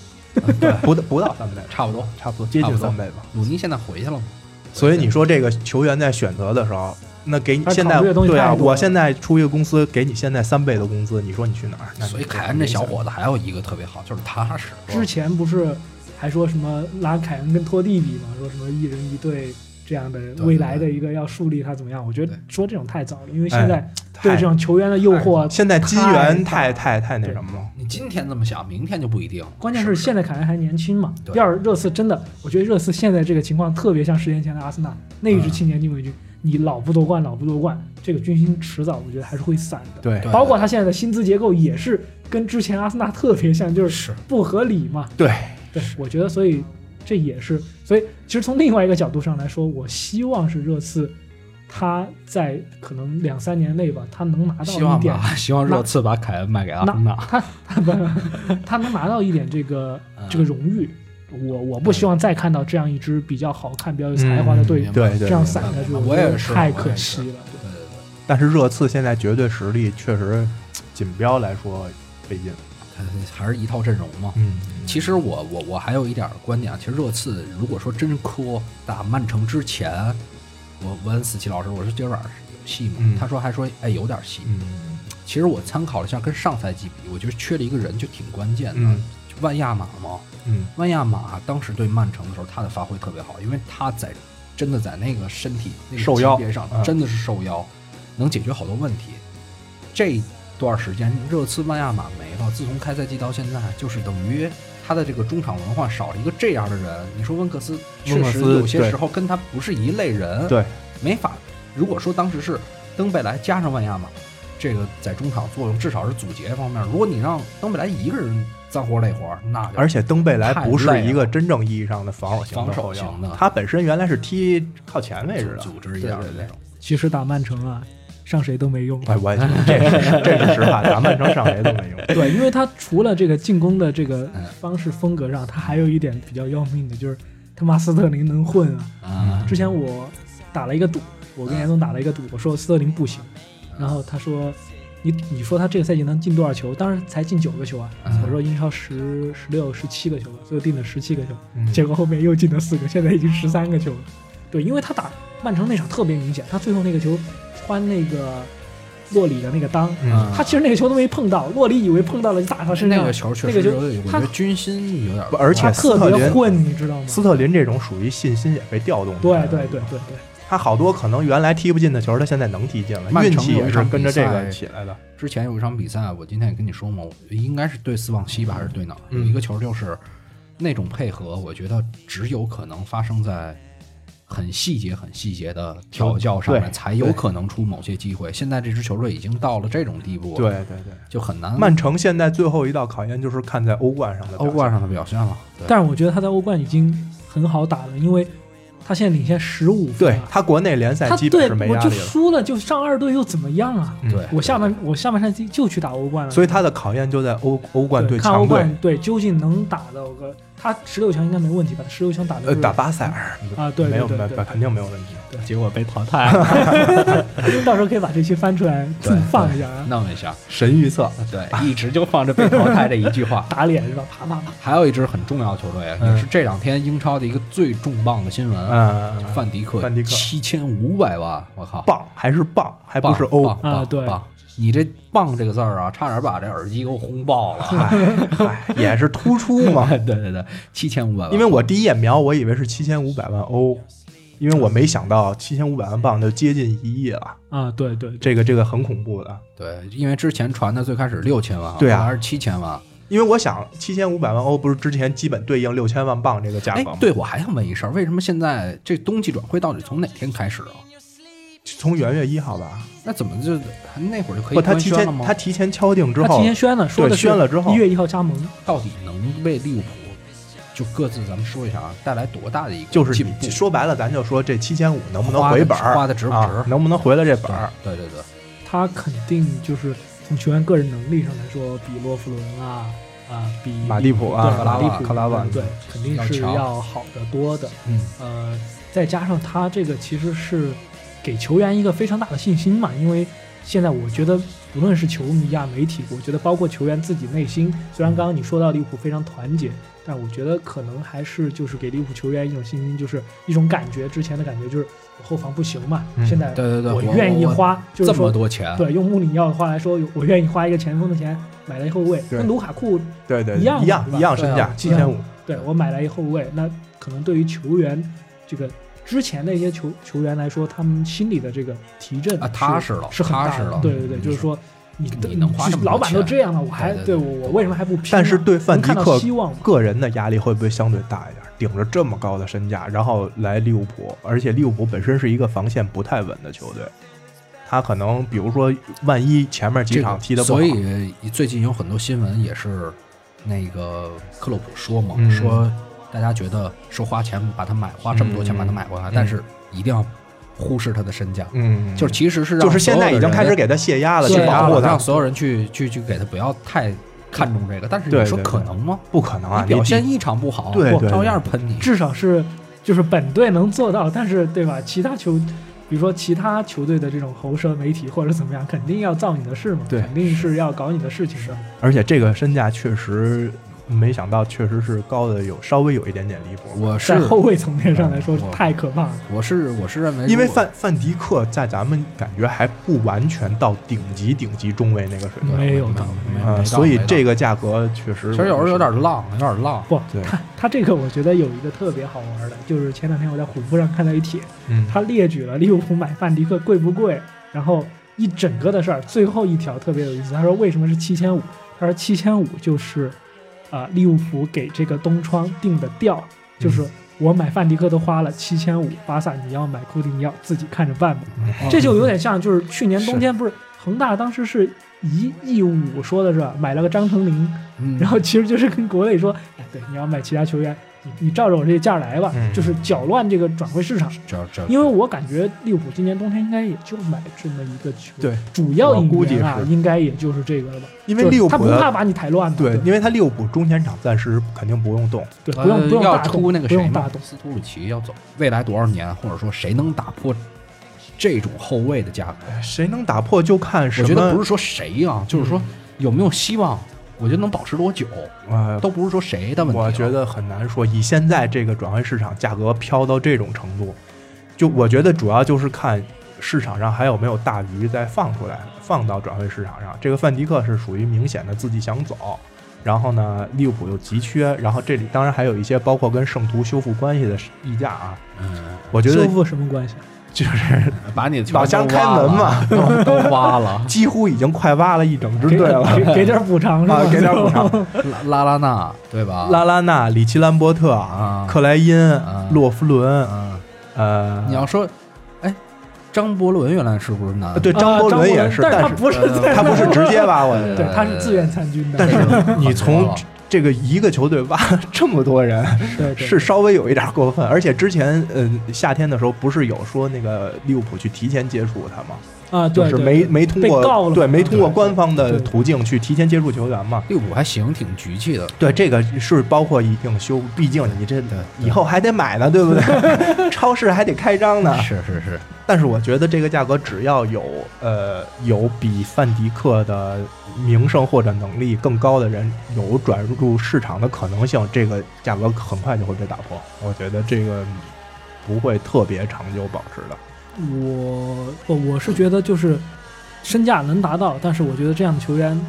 A: 对，
B: 不不到三倍，
A: 差不多。
B: 差不多接
A: 差
B: 近
A: 不多
B: 三倍吧。
A: 鲁尼现在回去了吗？
B: 所以你说这个球员在选择的时候，那给你
C: 他
B: 现
C: 考
B: 在
C: 虑的东西
B: 对啊，
C: 太多
B: 我
C: 了
B: 现在出一个公司给你现在三倍的工资，你说你去哪儿？那你
A: 哎所以凯恩这小伙子还有一个特别好，就是踏实。
C: 之前不是还说什么拉凯恩跟托蒂比嘛，说什么一人一队这样的
A: 对
C: 未来的一个要树立他怎么样？我觉得
A: 对
C: 说这种太早了，因为
B: 哎
C: 现在对
B: 太
C: 这种球员的诱惑
B: 现在金元
C: 太
B: 太太太那什么了。
A: 你今天这么想，明天就不一定。
C: 关键
A: 是
C: 是
A: 不是
C: 现在凯恩还年轻嘛。
A: 对
C: 第二，热刺真的，我觉得热刺现在这个情况特别像十年前的阿森纳那一支
A: 嗯
C: 青年军卫军，你老不夺冠，老不夺冠，这个军心迟早我觉得还是会散的。
B: 对
A: 对
C: 包括他现在的薪资结构也是跟之前阿森纳特别像，就是
A: 是
C: 不合理嘛。
B: 对，
C: 对，我觉得所以这也是，所以其实从另外一个角度上来说，我希望是热刺，他在可能两三年内吧，他能拿
A: 希
C: 到一
A: 望
C: 点
A: 吧，希望热刺把凯恩卖给阿森纳。
C: 他 不，他能拿到一点这个
A: 嗯
C: 这个荣誉。我我不希望再看到这样一支比较好看、比较有才华的队
A: 嗯
C: 员
B: 对对
C: 这样
B: 对
C: 散下去，
A: 我
C: 觉得
A: 也是啊我
C: 太
A: 也
C: 可
A: 是
C: 惜了。
A: 对对对，
B: 但是热刺现在绝对实力确实，锦标来说费劲。
A: 他还是一套阵容嘛。
B: 嗯，
A: 其实我我我还有一点观点啊，其实热刺如果说真磕打曼城之前，我问斯奇老师，我说今儿晚上有戏吗？
B: 嗯
A: 他说还说哎有点戏。
B: 嗯
A: 其实我参考了一下跟上赛季比，我觉得缺了一个人就挺关键的，
B: 嗯
A: 就万亚马嘛。
B: 嗯，
A: 万亚马当时对曼城的时候，他的发挥特别好，因为他在真的在那个身体那个
B: 受邀
A: 级别上
B: 嗯
A: 真的是受邀，能解决好多问题。这段时间热刺万亚马没了，自从开赛季到现在，就是等于他的这个中场文化少了一个这样的人。你说温克斯确
B: 温克
A: 实
B: 斯
A: 有些
B: 对
A: 时候跟他不是一类人，
B: 对，
A: 没法。如果说当时是登贝莱加上万亚马，这个在中场作用至少是阻截方面。如果你让登贝莱一个人脏活累活，那就
B: 而且登贝莱
A: 太
B: 不是
A: 累了
B: 一个真正意义上的防守型的
A: 防守
B: 后腰
A: 型的
B: 他本身原来是踢靠前位置的。
A: 组组织一下的那种。
C: 其实打曼城啊，上谁都没用。
B: 哎，我也觉得这是这是实话，打曼城上谁都没 用。
C: 对，因为他除了这个进攻的这个
A: 嗯
C: 方式风格上，他还有一点比较要命的，就是他妈斯特林能混啊。
A: 啊，
C: 之前我打了一个赌，我跟严总打了一个赌，我说斯特林不行，
A: 嗯
C: 然后他说你你说他这个赛季能进多少球？当时才进九个球啊
A: 嗯，
C: 我说英超十十六十七个球吧，最后定的十七个球，
B: 嗯
C: 结果后面又进了四个，现在已经十三个球了。对，因为他打曼城那场特别明显，他最后那个球穿那个洛里的那个裆，
B: 嗯
C: 他其实那个球都没碰到，洛里以为碰到了就打他身上
A: 那
C: 了，
A: 个球确
C: 那
A: 实
C: 个
A: 有
C: 球
A: 点，我觉
C: 他
A: 得军心有点
B: 不，而且
C: 他特
B: 斯特
C: 别
B: 林
C: 混，你知道吗？
B: 斯特林这种属于信心也被调动。
C: 对对对，对对。
B: 他好多可能原来踢不进的球，他现在能踢进了，
A: 曼城
B: 运气
A: 有
B: 也
A: 一
B: 是
A: 场
B: 跟着
A: 比赛
B: 这个起来的。
A: 之前有一场比赛，我今天也跟你说嘛，我应该是对斯旺西吧，还是对哪儿？有
B: 嗯
A: 一个球就是那种配合，我觉得只有可能发生在很细节、很细节的调教上面，
B: 对
A: 才有可能出某些机会。现在这支球队已经到了这种地步，
B: 对，对对，
A: 就很难。
B: 曼城现在最后一道考验就是看在欧冠上的表
A: 欧
B: 现
A: 冠上的表现了，对
C: 但是我觉得他在欧冠已经很好打了，因为他现在领先十五分
B: 对
C: 啊，
B: 他国内联赛
C: 他
B: 基本
C: 对
B: 是没
C: 我
B: 压
C: 就
B: 力了，
C: 输了就上二队又怎么样啊？
B: 嗯
A: 对
C: 我下半我下半赛季就去打欧冠了，
B: 所以他的考验就在欧欧冠
C: 对看欧
B: 强队，
C: 冠对究竟能打到个他十六强应该没问题吧？十六强打的
B: 呃，打巴塞尔
C: 啊对对
B: 没有
C: 对
B: 没有
C: 对对
B: 肯定没有问 题。
D: 结果被淘汰了。
C: 到时候可以把这期翻出来自己放一下啊，。
A: 弄一下，
B: 神预测，
A: 对，一直就放着被淘汰这一句话
C: 打脸是吧？啪啪啪！
A: 还有一支很重要的球队，
B: 嗯
A: 也是这两天英超的一个最重磅的新闻，
B: 嗯，嗯
A: 范迪克，
B: 范迪克
A: 七千五百万，我靠，
B: 棒还是棒，还不
A: 棒
B: 是欧
A: 棒，
C: 啊
A: 棒
C: 对
A: 棒你这“棒”这个字儿啊，差点把这耳机给我轰爆了。
B: 嗨嗨，哎也 是突出嘛。
A: 对对对，七千
C: 啊
A: 五百万，
B: 因为我第一眼瞄，我以为是七千五百万欧，因为我没想到七千五百万镑就接近一亿了，
C: 啊，对对对，
B: 这个这个很恐怖的。
A: 对，因为之前传的最开始六千万，
B: 对啊
A: 后来是七千万。
B: 因为我想，七千五百万欧不是之前基本对应六千万镑这个价
A: 哎
B: 格吗？，
A: 对，我还想问一事儿，为什么现在这冬季转会到底从哪天开始啊？
B: 从元月一号吧。
A: 那怎么就那会儿就可以
B: 不，他
A: 官
B: 提
A: 宣了
B: 前
A: 吗
B: 他？提前敲定之
C: 他提
B: 后，
C: 前宣了，说的
B: 宣了之后
C: 一月一号加盟，
A: 到底能为利物浦就各自咱们说一下啊，带来多大的一个
B: 就是
A: 进步？
B: 说白了，咱就说这七千五能不能
A: 花
B: 回
A: 的
B: 本儿，
A: 花的值不
B: 啊
A: 值？
B: 能不能回来这本儿？
A: 对对对，
C: 他肯定就是从球员个人能力上来说，比洛夫伦啊啊，比
B: 马蒂普啊
C: 对马蒂
A: 克拉
C: 普
A: 瓦
B: 克拉瓦
C: 嗯对，肯定是
A: 要强
C: 要好得多的。
A: 嗯，
C: 呃，再加上他这个其实是给球员一个非常大的信心嘛，因为现在我觉得不论是球迷啊、媒体，我觉得包括球员自己内心，虽然刚刚你说到利物浦非常团结，但我觉得可能还是就是给利物浦球员一种信心，就是一种感觉，之前的感觉就是我后防不行嘛，
B: 嗯
C: 现在
A: 对对对，
C: 我愿意
A: 我
C: 花，就是
A: 这
C: 说
A: 么多钱，
C: 对，用穆里尼奥的话来说，有我愿意花一个前锋的钱买了一后卫。
B: 对
C: 那卢卡库，
B: 对对，
C: 一样
B: 一样
C: 是吧
B: 一样身价七
C: 对啊
B: 千五，
C: 对我买了一后卫，那可能对于球员这个之前的一些球球员来说，他们心里的这个提振
A: 啊
C: 是
A: 踏实了
C: 是很大
A: 踏实
C: 的
A: 了
C: 对对对，
A: 嗯
C: 就是说你
A: 你能花这么多
C: 老板都
A: 钱
C: 这样了，我还
A: 对对对
C: 我我为什么还不拼呢？
B: 但是对范迪
C: 能看到
B: 克
C: 希望嘛，
B: 个人的压力会不会相对大一点？顶着这么高的身价，然后来利物浦，而且利物浦本身是一个防线不太稳的球队，他可能比如说，万一前面几
A: 这
B: 场
A: 个
B: 踢得不好，
A: 所以最近有很多新闻也是那个克洛普说嘛，
B: 嗯
A: 说大家觉得说花钱把它买，花这么多钱把它买回来，
B: 嗯
A: 但是一定要忽视它的身价，
B: 嗯，
A: 就是其实是让
B: 就是现在已经开始给他卸压了，
A: 所有
B: 去
A: 的人
B: 保护
A: 对啊
B: 他
A: 让，所有人去去去给他不要太看重这个，但是
B: 对
A: 你说
B: 对
A: 可
B: 对
A: 能吗？
B: 不可能啊！
A: 你
B: 你
A: 表现一场不好，
B: 对
A: 我
B: 对
A: 照样喷你。
C: 至少是就是本队能做到，但是对吧？其他球。比如说，其他球队的这种喉舌媒体或者怎么样，肯定要造你的势嘛，
B: 对
C: 肯定是要搞你的事情的。
B: 而且这个身价确实没想到，确实是高的有稍微有一点点离谱。
A: 我是
C: 在后卫层面上来说
A: 嗯我
C: 太可怕了。
A: 我是我是认为，
B: 因为范范迪克在咱们感觉还不完全到顶级顶级中卫那个水平，
C: 没有
A: 的
C: 的，啊
A: 没有
B: 嗯，
A: 没
B: 所以
A: 到
B: 这个价格确实
A: 其实有时候有点浪，有点浪。
C: 不，
B: 对
C: 他他这个我觉得有一个特别好玩的，就是前两天我在虎扑上看到一帖，
B: 嗯，
C: 他列举了利物浦买范迪克贵不贵，然后一整个的事儿，最后一条特别有意思。他说为什么是七千五？他说七千五就是，啊，利物浦给这个东窗定的调，就是我买范迪克都花了七千五，巴萨你要买库蒂尼奥自己看着办吧。
A: 哦
C: 这就有点像，就是去年冬天不是恒大当时是一亿五说的是吧买了个张成林，
A: 嗯
C: 然后其实就是跟国内说，哎，对，你要买其他球员，你你照着我这价来吧，
B: 嗯
C: 就是搅乱这个转会市场。
A: 这这，
C: 因为我感觉利物浦今年冬天应该也就买这么一个球，
B: 对，
C: 主要
B: 我估
C: 引
B: 计
C: 援啊，
B: 是
C: 应该也就是这个了吧。
B: 嗯因为利物
C: 他
B: 浦
C: 不怕
B: 的
C: 把你抬乱嘛，
B: 对，因
C: 对
B: 为他利物浦中前场暂时肯定不用动，
C: 对，
A: 呃
C: 不用不用
A: 要
C: 大
A: 出
C: 动，
A: 那个
C: 不
A: 谁
C: 用大
A: 嘛，
C: 动。
A: 斯图鲁奇要走，未来多少年，或者说谁能打破这种后卫的价格？
B: 谁能打破就看什
A: 我
B: 么。
A: 觉得不是说谁啊，就是说有没有希望，我觉得能保持多久，
B: 呃
A: 都不是说谁的问题啊。
B: 我觉得很难说，以现在这个转会市场价格飘到这种程度，就我觉得主要就是看市场上还有没有大鱼再放出来，放到转会市场上。这个范迪克是属于明显的自己想走，然后呢，利物浦又急缺，然后这里当然还有一些包括跟圣徒修复关系的溢价啊。
A: 嗯，
B: 我觉
C: 修
B: 得
C: 复什么关系？
B: 就是
A: 把你的球
B: 老乡
A: 都
B: 开
A: 挖
B: 门嘛。
A: 了，都都挖了
B: 几乎已经快挖了一整支
C: 给
B: 队了。
C: 给给点补偿是吧？
B: 啊啊，给点补偿。
A: 拉拉拉纳对吧？
B: 拉拉纳、里奇兰伯特、
A: 啊
B: 克莱因、
A: 啊
B: 洛夫伦，
A: 嗯，
B: 呃，
A: 你要说，哎，张伯伦原来是不是男？
B: 对
C: 啊
B: 张伯
C: 张
B: 伦
C: 伯
B: 也
C: 伦
B: 是，
C: 但是
B: 但
C: 他不是在
B: 他不是直接挖我觉
C: 对
B: 得。
A: 呃
C: 他是自愿参军的。
B: 但是你从
A: 好多了
B: 这个一个球队挖了这么多人，
C: 对对
B: 是稍微有一点过分。而且之前呃夏天的时候，不是有说那个利物浦去提前接触他吗？
C: 啊，
B: 就
C: 对，
B: 是
C: 对
B: 没
C: 对
B: 没通
C: 被告
B: 过
C: 了
B: 对
C: 嘛
B: 没通过
C: 对
B: 官方
C: 对
B: 的
C: 对
B: 途径去提前接触球员嘛。
A: 利物浦还行，挺局气的。
B: 对，这个是包括一定修，毕竟你这
A: 对对
B: 以后还得买呢，对不 对？超市还得开张呢。
A: 是是是，
B: 但是我觉得这个价格只要有呃有比范迪克的名声或者能力更高的人有转入市场的可能性，这个价格很快就会被打破。我觉得这个不会特别长久保持的。
C: 我我我是觉得就是身价能达到，但是我觉得这样的球员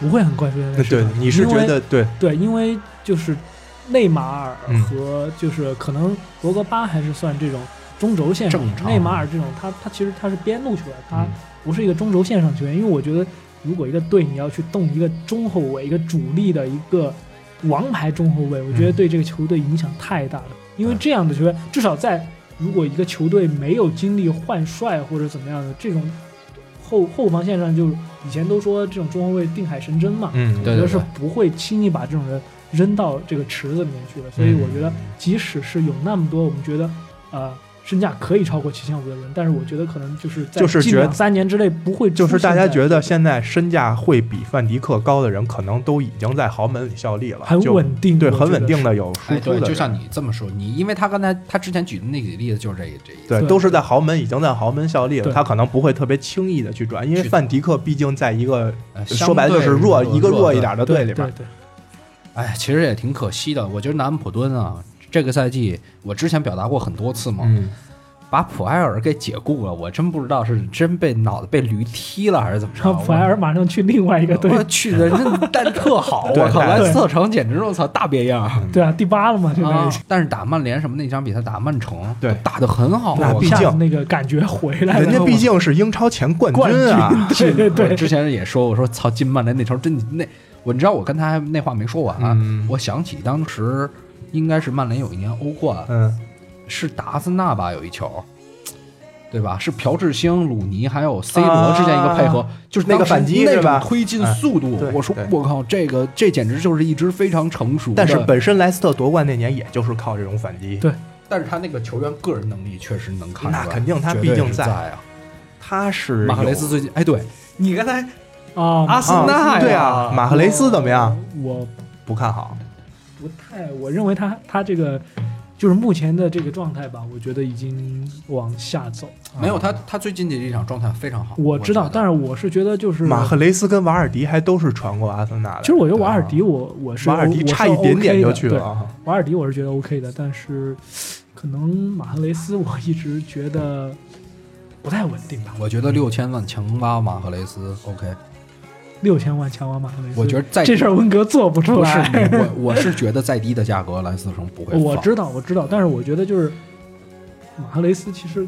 C: 不会很快出现在市
B: 对
C: 场，上。
B: 你是
C: 因为
B: 觉得对
C: 对，因为就是内马尔
B: 嗯
C: 和就是可能博格巴还是算这种中轴线上
A: 正常
C: 内马尔这种他他其实他是边路球员，他
B: 嗯
C: 不是一个中轴线上球员，因为我觉得如果一个队你要去动一个中后卫，一个主力的一个王牌中后卫，我觉
B: 嗯
C: 得对这个球队影响太大了，因为
B: 嗯
C: 这样的球员至少在如果一个球队没有经历换帅或者怎么样的这种后后防线上，就是以前都说这种中后卫定海神针嘛，
B: 嗯
A: 对
C: 我觉得是不会轻易把这种人扔到这个池子里面去的。所以
A: 嗯
B: 嗯
C: 我觉得，即使是有那么多我们觉得呃身价可以超过七千五的人，但是我觉得可能就是在
B: 就是
C: 近
B: 觉得
C: 两三年之内不会
B: 就是大家觉
C: 得
B: 得现在身价会比范迪克高的人，可能都已经在豪门里效力了，
C: 很
B: 就
C: 稳定，
B: 对，
C: 我觉
B: 很
C: 得
B: 稳定的
C: 是。
B: 有输
A: 哎，
B: 出
A: 对，
B: 的人，
A: 就像你这么说，你因为他刚才他之前举的那几个例子就是这个这一
B: 对，
C: 对
B: 都是在豪门已经在豪门效力了，
C: 对
B: 他可能不会特别轻易的去转，因为
A: 去
B: 范迪克毕竟在一个
A: 呃
B: 说白了就是
A: 相对
B: 弱一个弱一
A: 的
B: 点的
C: 对
B: 队里
C: 对
B: 边，
C: 对，
A: 哎，其实也挺可惜的。我觉得南安普敦啊，这个赛季我之前表达过很多次嘛，
B: 嗯，
A: 把普埃尔给解雇了，我真不知道是真被脑子被驴踢了还是怎么着。
C: 然啊后普莱尔马上去另外一个队，
B: 哦
A: 我去人家带的特 好，啊
B: 对
A: 我靠，
B: 对
A: 莱斯特城简直我操大变样啊！
C: 对啊，第八
B: 哦
C: 了嘛，现在已经。
A: 但是打曼联什么那场比赛打曼城，
B: 对
A: 打得很好啊，
B: 哦那
A: 我
B: 毕
C: 一下子
B: 竟
C: 那个感觉回来了，
B: 人家毕竟是英超前冠
C: 冠军
B: 军啊，
C: 对对
A: 我
C: 对，
A: 之前也说，我说操，进曼联那球真那，我你知道我跟他还那话没说完啊，
B: 嗯
A: 我想起当时应该是曼联有一年欧冠，
B: 嗯，
A: 是达阿森纳吧有一球，对吧？是朴智星、鲁尼还有 C 罗
B: 啊
A: 之间一个配合，就是
B: 那个
A: 当时
B: 反击
A: 那
B: 是吧
A: 种推进速度
B: 哎，对
A: 我说
B: 对
A: 我靠，这个这简直就是一支非常成熟的，
B: 但是本身莱斯特夺冠那年也就是靠这种反击，
C: 对
A: 但是他那个球员个人能力确实能看出来，
B: 那肯定他
A: 绝
B: 毕
A: 对
B: 竟
A: 是
B: 在
A: 在啊。
B: 他是
A: 马赫雷斯
B: 有
A: 最近哎，对你刚才
C: 啊，
A: 阿森纳
B: 啊对
A: 呀
B: 啊，马赫雷斯怎么样？？
C: 我
B: 不看好，
C: 不太，我认为他他这个就是目前的这个状态吧，我觉得已经往下走。
A: 没有他，他最近的这场状态非常好。
C: 我知道，但
A: 是
C: 是我是觉得就是
B: 马赫雷斯跟瓦尔迪还都是传过阿森纳的，
C: 其实我觉得
B: 对
C: 瓦
B: 吧
C: 尔迪我，我是
B: 瓦尔迪
C: 我是
B: 差一点点
C: OK
B: 就
C: 的
B: 去
C: 对
B: 了，啊，
C: 瓦尔迪我是觉得 OK 的，但是可能马赫雷斯我一直觉得不太稳定吧。
A: 我
B: 嗯
A: 觉得六千万强挖马赫雷斯 OK，
C: 六千万强往马赫雷斯，
A: 我觉得再
C: 这事儿温格做不出
A: 不是
C: 来。
A: 你我我是觉得再低的价格莱斯特城不会
B: 哎
A: 放。
C: 我知道，我知道，但是我觉得就是马赫雷斯其实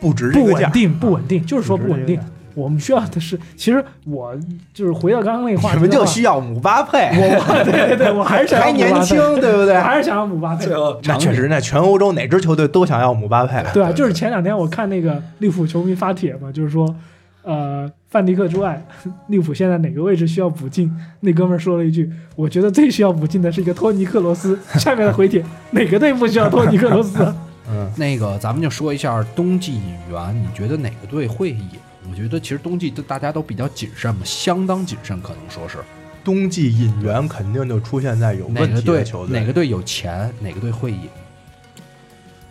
B: 不值这
C: 不
B: 个价啊
C: 稳，定，不稳定，就是说不稳定
B: 不值。
C: 我们需要的是，其实我就是回到刚刚那个话
B: 你
C: 题的话，
B: 们就需要姆巴佩，
C: 我我 对对对，我还是想要
B: 还
C: 姆巴佩
B: 年轻，，对不对
C: 我？还是想要姆巴佩。
B: 那确实，那全欧洲哪支球队都想要姆巴佩。
C: 对啊，就是前两天我看那个利物浦球迷发帖嘛，就是说，呃，范迪克之外，利物浦现在哪个位置需要补进？那哥们儿说了一句，我觉得最需要补进的是一个托尼克罗斯。下面的回帖，哪个队不需要托尼克罗斯啊？
B: 嗯，
A: 那个，咱们就说一下冬季引援，你觉得哪个队会引？我觉得其实冬季都大家都比较谨慎嘛，相当谨慎，可能说是
B: 冬季引援肯定就出现在有
A: 哪
B: 问
A: 个
B: 题的
A: 队
B: 球队，
A: 哪个队有钱，哪个队会引，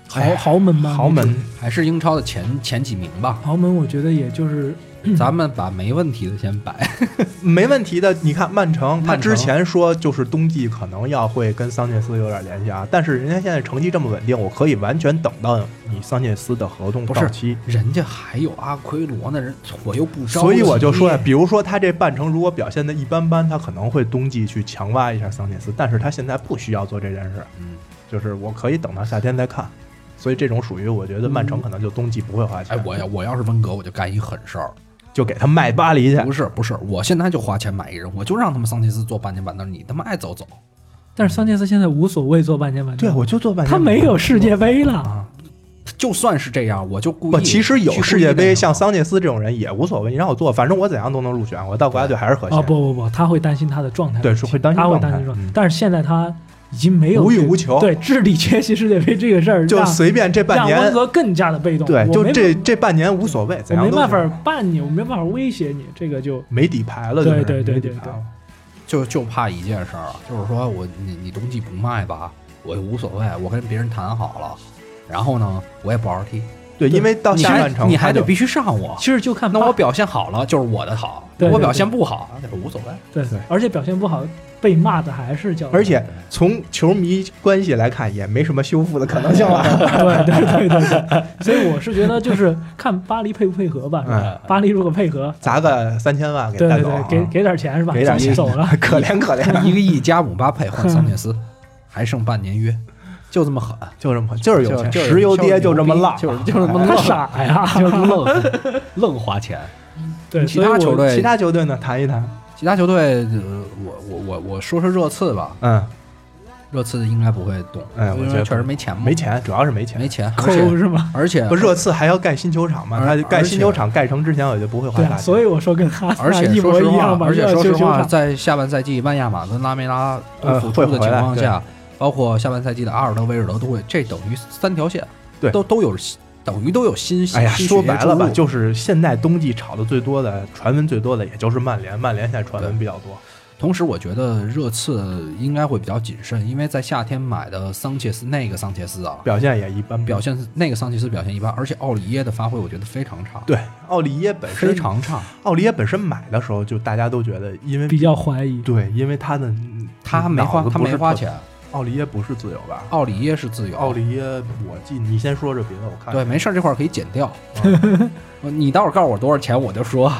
C: 豪豪门吧，
B: 哎豪门，
A: 还是英超的前前几名吧。
C: 豪门，我觉得也就是
B: 嗯
A: 咱们把没问题的先摆，
B: 没问题的。你看曼城，他
A: 曼城
B: 之前说就是冬季可能要会跟桑切斯有点联系啊，但是人家现在成绩这么稳定，我可以完全等到你桑切斯的合同
A: 不是
B: 到期。
A: 人家还有阿奎罗呢，人我又不着急。
B: 所以我就说呀，比如说他这半程如果表现的一般般，他可能会冬季去强挖一下桑切斯，但是他现在不需要做这件事，
A: 嗯，
B: 就是我可以等到夏天再看。所以这种属于我觉得曼城可能就冬季不会花钱，
A: 哎，我要我要是温格，我就干一狠事儿。
B: 就给他卖巴黎去。
A: 不是不是，我现在就花钱买一人，我就让他们桑切斯坐半年板凳，你他妈爱走走。
C: 但是桑切斯现在无所谓做半年板
B: 对，啊
C: 凳，
B: 我就做半天。
C: 他没有世界杯了。
B: 啊，
A: 就算是这样，我就故
B: 不，
A: 意。
B: 其实有世界杯像
A: 桑，
B: 桑切斯这种人也无所谓，你让我做，反正我怎样都能入选，我到国家队还是核心。
C: 啊，不不不，他会担心他的状态
B: 对
C: 问题，
B: 是会担心
C: 他会
B: 状
C: 担
B: 态
C: 心状态
B: 嗯。
C: 但是现在他已经没有
B: 无欲
C: 这个
B: 无求
C: 对智力缺席世界杯这个事儿，
B: 就
C: 让
B: 随便这半
C: 让温
B: 年，
C: 格更加的被动。
B: 对，
C: 我
B: 就
C: 没
B: 这这半年无所谓，
C: 我
B: 怎样
C: 没
B: 都
C: 办法
B: 是啊
C: 办你，我没办法威胁你，这个就
B: 没底牌了，就是
C: 对对对
B: 没底
C: 对
B: 牌
C: 对
B: 了
A: 就就怕一件事儿啊，就是说我你你冬季不卖吧，我无所谓，我跟别人谈好了，然后呢，我也不好好踢，
B: 对，因为到
A: 你
B: 下
A: 还
B: 半程
A: 你还
B: 他
A: 得
B: 就
A: 必须上我。
C: 其实就看
A: 那
C: 巴
A: 我表现好了就是我的好，
C: 对对
A: 我表现不好那无所谓。
C: 对
B: 对，
C: 而且表现不好被骂的还是教练，
B: 而且从球迷关系来看，也没什么修复的可能性了。
C: 对对对对对，所以我是觉得就是看巴黎配不配合吧，是吧
B: 嗯，
C: 巴黎如果配合，
B: 砸个三千万给
C: 对
B: 带
C: 对
B: 走啊，
C: 对，给给点钱是吧？
B: 给点
C: 走
B: 钱
C: 走了，
B: 可怜可怜，
A: 一个亿加姆巴佩换桑切斯，还剩半年约，就这么狠，
B: 就这么就是有钱，
A: 就
B: 石油爹就这么浪，啊
A: 就是就这么
C: 他
A: 浪，
C: 傻呀，
A: 就是愣 愣花钱。
C: 对，
A: 其
C: 所以
A: 他
C: 我
A: 球队，
B: 其他球队呢？谈一谈，
A: 其他球队，呃我我我我说说热刺吧，
B: 嗯，
A: 热刺应该不会动，
B: 哎我
A: 因为
B: 觉得
A: 确实没钱嘛，
B: 没钱，主要是没钱
A: 没。钱， 而
C: 抠
A: 且
C: 是吗？
A: 而且
B: 不，热刺还要盖新球场嘛？
A: 而
B: 他
A: 而
B: 盖新球
A: 且
B: 场盖成之前，我就不会花
C: 对
B: 大
C: 啊，
B: 钱。
C: 所以我说跟哈
A: 而
C: 萨
A: 且
C: 一模
A: 说实
C: 一
A: 话
C: 样，嘛，
A: 而且
C: 热
A: 说
C: 刺
A: 实
C: 球
A: 话，
C: 场
A: 在下半赛季万亚马跟拉梅拉
B: 呃
A: 都复出
B: 会
A: 的
B: 回
A: 情
B: 来
A: 况
B: 对
A: 下，包括下半赛季的阿尔德维尔德都会，这等于三条线，
B: 对
A: 都都有等于都有新
B: 哎呀，
A: 新
B: 说
A: 血液
B: 白了
A: 注
B: 吧，
A: 入
B: 就是现在冬季炒的最多的、传闻最多的，也就是曼联。曼联现在传闻
A: 对
B: 比较多，
A: 同时，我觉得热刺应该会比较谨慎，因为在夏天买的桑切斯那个桑切斯啊，
B: 表现也一般。
A: 表现那个桑切斯表现一般，而且奥里耶的发挥我觉得非常差，，
B: 对奥利耶本身
A: 非，常差。
B: 奥利耶本身买的时候就大家都觉得，因为
C: 比较怀疑。
B: 对，因为他的
A: 他没花，他没花。
B: 嗯脑子不是特
A: 钱。
B: 奥利耶不是自由吧？
A: 奥里耶是自由，
B: 奥哎利耶，我记你先说这别的，我看
A: 对，没事儿，这块儿可以剪掉。 你待会儿告诉我多少钱，我就说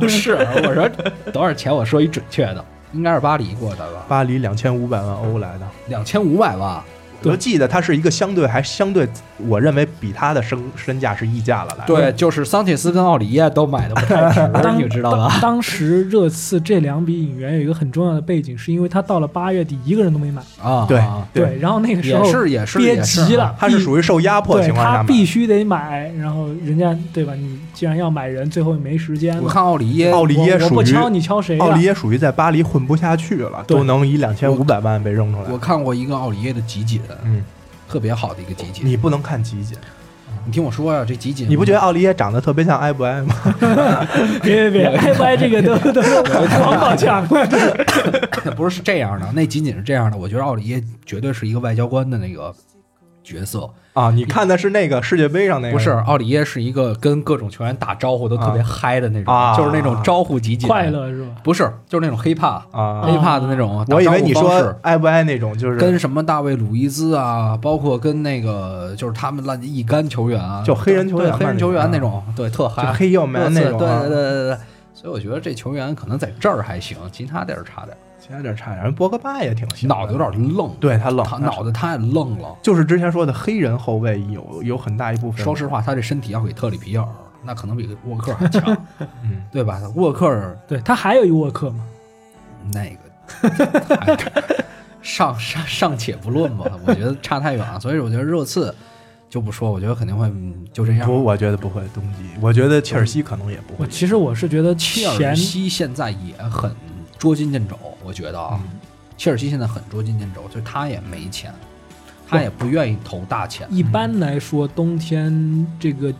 A: 不是。我说多少钱，我说一准确的，应该是巴黎过的吧，
B: 巴黎两千五百万欧来的，
A: 两千五百万。
B: 我就记得他是一个相对还相对，我认为比他的身身价是溢价了来的。
A: 对，就是桑切斯跟奥里耶都买的不太值，
C: 当
A: 你知道吧？
C: 当当时热刺这两笔引援有一个很重要的背景，是因为他到了八月底一个人都没买。
A: 啊，
B: 对
C: 对，，然后那个时
A: 也
C: 候
A: 是也是
C: 憋
A: 也是
C: 急
A: 啊
C: 了
B: 他是属于受压迫的
C: 对
B: 情况下
C: 他
B: 买
C: 必
B: 的。
C: 须得买，然后人家对吧？你既然要买人，最后也没时间了。
A: 我看奥里耶，
B: 嗯奥利耶
C: 我我
B: 属
C: 不
B: 于
C: 敲你敲谁呀？
B: 奥利耶属于在巴黎混不下去了，
C: 对
B: 都能以两千五百万被扔出来。
A: 我看过一个奥里耶的集锦，
B: 嗯，
A: 特别好的一个集锦。
B: 你不能看集锦，
A: 你听我说呀、这集锦
B: 你不觉得奥利耶长得特别像埃布埃吗？
C: 别别别，爱不爱这个都都是王宝强。
A: 得不是是这样的？那集锦是这样的，我觉得奥里耶绝对是一个外交官的那个角色，
B: 啊，你看的是那个世界杯上那个，
A: 不是奥里耶是一个跟各种球员打招呼都特别嗨的那种，
B: 啊
A: 就是那种招呼集锦
C: 快，乐是吧？
A: 不是就是那种黑怕
B: 啊
A: 黑？怕的那种哎打
B: 我以
A: 招呼方式。
B: 为你说埃布埃那种就是
A: 跟什么大卫·鲁伊兹啊，包括跟那个就是他们烂一干球员啊，
B: 就黑人球员
A: 对黑人球员那种，对特
B: 就
A: 嗨，
B: 黑右门那种
A: 对
B: 啊，
A: 对对对对。所以我觉得这球员可能在这儿还行，其他地儿差点儿，
B: 其他点差点。人博格巴也挺行的，
A: 脑子有点愣，
B: 对他愣，
A: 他
B: 他
A: 脑子太愣了。
B: 就是之前说的黑人后卫有有很大一部分。
A: 说实话，他这身体要给特里皮尔，那可能比沃克还强，
B: 嗯，
A: 对吧？沃克尔
C: 对他还有一沃克嘛，
A: 那个哎尚尚尚且不论吧，我觉得差太远了。所以我觉得热刺就不说，我觉得肯定会嗯就这样。
B: 不，我觉得不会冬季，我觉得切尔西可能也不
C: 我
B: 会。
C: 其实我是觉得
A: 切
C: 前
A: 尔西现在也很捉襟见肘，我觉得啊，切尔西现在很捉襟见肘，就是他也没钱，他也不愿意投大钱。
C: 一般来说冬天这个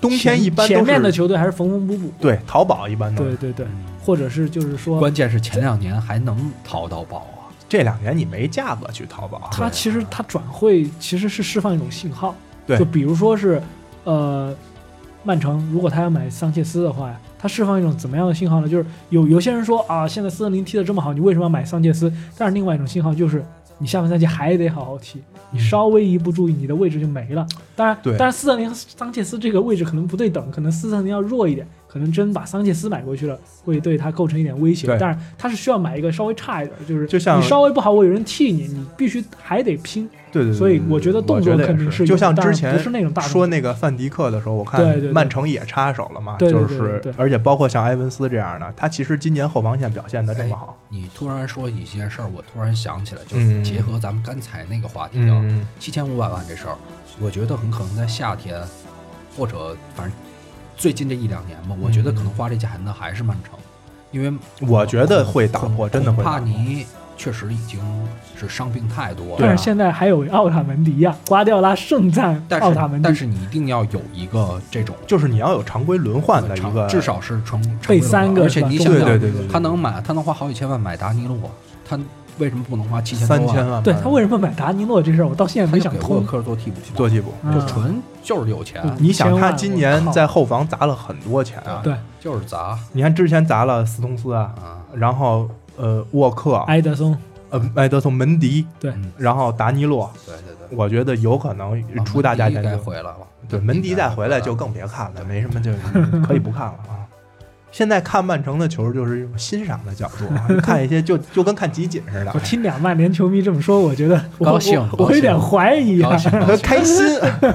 B: 冬天一般都
C: 前
B: 是
C: 面的球队还是缝缝补补，
B: 对淘宝一般都
C: 对
B: 是。
C: 对对，
A: 嗯
C: 或者是就是说
A: 关键是前两年还能淘到宝啊，
B: 这两年你没价格去淘宝啊，
C: 他其实他转会其实是释放一种信号，
B: 对
C: 就比如说是呃。曼城如果他要买桑切斯的话，他释放一种怎么样的信号呢？就是有有些人说啊，现在斯特林踢得这么好，你为什么要买桑切斯？但是另外一种信号就是，你下半赛季还得好好踢，你稍微一不注意，你的位置就没了。当然，
B: 嗯对
C: 当然斯特林和桑切斯这个位置可能不对等，可能斯特林要弱一点，可能真把桑切斯买过去了，会对他构成一点威胁
B: 对。
C: 但是他是需要买一个稍微差一点的，就是
B: 就像
C: 你稍微不好，我有人替你，你必须还得拼。
B: 对对对，
C: 所以
B: 嗯我
C: 我觉得动作
B: 觉得也
C: 肯定
B: 是，
C: 有
B: 就像
C: 但
B: 之
C: 是
B: 前
C: 不是那种大动
B: 说
C: 作
B: 那个范迪克的时候，我
C: 对
B: 看
C: 对对
B: 曼城也插手了嘛，
C: 对对
B: 就
C: 对
B: 是
C: 对对
B: 而且包括像埃文斯这样的，他其实今年后防线表现的这么好，
A: 你突然说起一件事儿，我突然想起来，就
B: 嗯
A: 是结合咱们刚才那个话题啊，
B: 嗯，
A: 七千五百万这事儿，我觉得很可能在夏天，或者反正最近这一两年吧，我觉得可能花这钱的还是曼城，因为
B: 嗯我觉得会打
A: 恐
B: 破，真的会
A: 恐
B: 打
A: 怕
B: 破。
A: 尼确实已经是伤病太多了，
B: 对啊
C: 但是现在还有奥塔门迪呀、瓜迪奥拉盛赞
A: 但
C: 奥塔
A: 是
C: 门迪
A: 但，是你一定要有一个这种
B: 就是你要有常规轮换的一
A: 常
B: 个，
A: 至少是成成
C: 被
A: 规的
C: 三个
A: 而且
C: 是吧
A: 你
C: 中
A: 想
B: 对
A: 想
B: 对对对，
A: 他能买，他能花好几千万买达尼洛，他为什么不能花七千多
B: 三
A: 万
B: 千万吧，
C: 对他为什么买达尼洛这事儿，我到现在
A: 他
C: 没
A: 就
C: 想
A: 给沃
C: 通。
A: 克做替补嘛，
B: 做替补。
C: 嗯
A: 就纯就是有钱，
C: 嗯
B: 你想，他
C: 5000
B: 今
C: 万我
B: 年
C: 靠
B: 在后防砸了很多钱啊！
C: 对
A: 就是砸
B: 你看之前砸了斯通斯啊，
A: 啊，
B: 然后呃沃克、
C: 埃德松，
B: 呃埃德松、门迪，
C: 对
A: 嗯
B: 然后达尼洛，
A: 对对对。
B: 我觉得有可能出大价
A: 啊应
B: 钱
A: 该
B: 就
A: 回来了，
B: 对，门迪再啊回来就
A: 更
B: 更别看了，没什 么就可以不看了啊。现在看曼城的球就是用欣赏的角度 啊，看一些就就跟看集锦似
C: 我
B: 的，
C: 听俩曼联球迷这么说，我觉得我
A: 高兴
C: 我我有点怀 疑
A: 高
C: 啊。
A: 兴。高兴
B: 开心。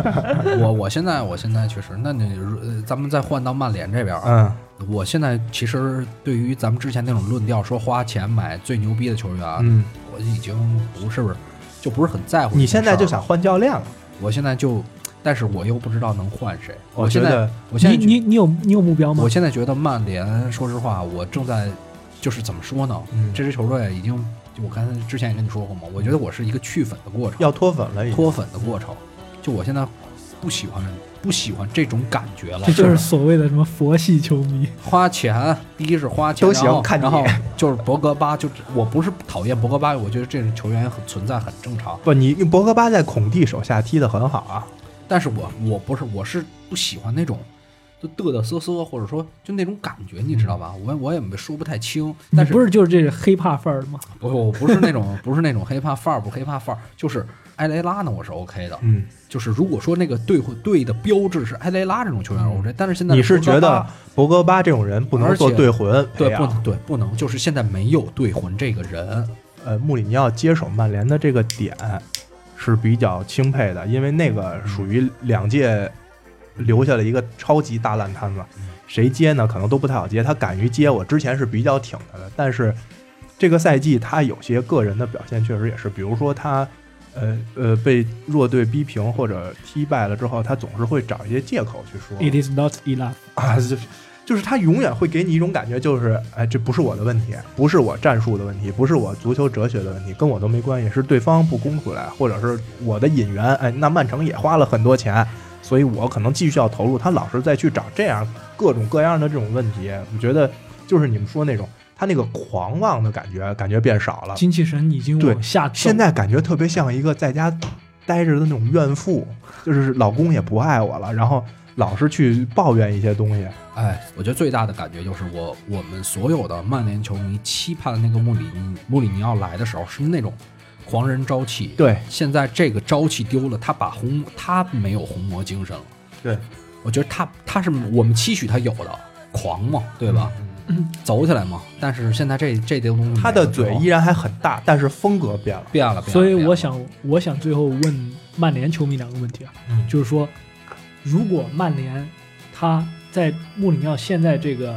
A: 我我现在我现在确实，那你如呃咱们再换到曼联这边啊，
B: 嗯
A: 我现在其实对于咱们之前那种论调说花钱买最牛逼的球员啊，
B: 嗯，
A: 我已经不是就不是很在乎。
B: 你现在就想，换教练了，
A: 我现在就，但是我又不知道能换谁。我
B: 觉
A: 现在
B: 得
A: 我现在
C: 你你你有你有目标吗
A: 我？现在觉得曼联，说实话，我正在就是怎么说呢？
B: 嗯
A: 这支球队已经，就我刚才之前也跟你说过嘛，我觉得我是一个去粉的过程，
B: 要脱粉了已经。
A: 脱粉的过程。就我现在不喜欢不喜欢这种感觉了
C: 这，就是所谓的什么佛系球迷。
A: 花钱，第一是花钱，
B: 都
A: 然
B: 喜欢
A: 后
B: 看你
A: 然后就是博格巴，就我不是讨厌博格巴，我觉得这种球员很存在很正常，
B: 不，你博格巴在孔蒂手下踢得很好啊，
A: 但是我我不是我是不喜欢那种。就嘚嘚瑟瑟，或者说就那种感觉，你知道吧？
B: 嗯
A: 我我也没说不太清，但
C: 你
A: 是
C: 不是就是这个黑怕范儿的吗？
A: 不，我不是那种 不是那种黑怕范儿，不黑怕范儿，就是埃雷拉呢，我是 OK 的。
B: 嗯，
A: 就是如果说那个队会队的标志是埃雷拉这种球员，我 OK。但是现在
B: 嗯你是
A: 博格
B: 觉得
A: 巴
B: 博格巴这种人不能
A: 而
B: 做
A: 且
B: 队魂哎培
A: 对不
B: 养？
A: 能对不能，就是现在没有队魂这个人。
B: 呃，穆里尼奥接手曼联的这个点是比较钦佩的，因为那个属于两届留下了一个超级大烂摊子
A: 嗯，
B: 谁接呢？可能都不太好接。他敢于接，我之前是比较挺他的，但是这个赛季他有些个人的表现确实也是，比如说他。呃呃，被弱队逼平或者踢败了之后，他总是会找一些借口去说
C: It is not enough。
B: 啊， 就是就是他永远会给你一种感觉，就是哎，这不是我的问题，不是我战术的问题，不是我足球哲学的问题，跟我都没关系，是对方不攻出来，或者是我的引援。哎，那曼城也花了很多钱，所以我可能继续要投入。他老是再去找这样各种各样的这种问题，我觉得就是你们说那种他那个狂妄的感觉，感觉变少了。
C: 精气神已经
B: 对
C: 往下走。
B: 现在感觉特别像一个在家待着的那种怨妇，就是老公也不爱我了，然后老是去抱怨一些东西。
A: 哎，我觉得最大的感觉就是我我们所有的曼联球迷期盼那个穆里尼穆里尼奥来的时候是那种狂人朝气。
B: 对，
A: 现在这个朝气丢了，他把红他没有红魔精神了。
B: 对，
A: 我觉得他他是我们期许他有的狂嘛，对吧？
B: 嗯
A: 走起来嘛。但是现在这这丢东西没了之后，
B: 他的嘴依然还很大，但是风格变了。
A: 变了，变了
C: 所以
A: 变了
C: 我想，我想最后问曼联球迷两个问题啊，
B: 嗯
C: 就是说，如果曼联他在穆里尼奥现在这个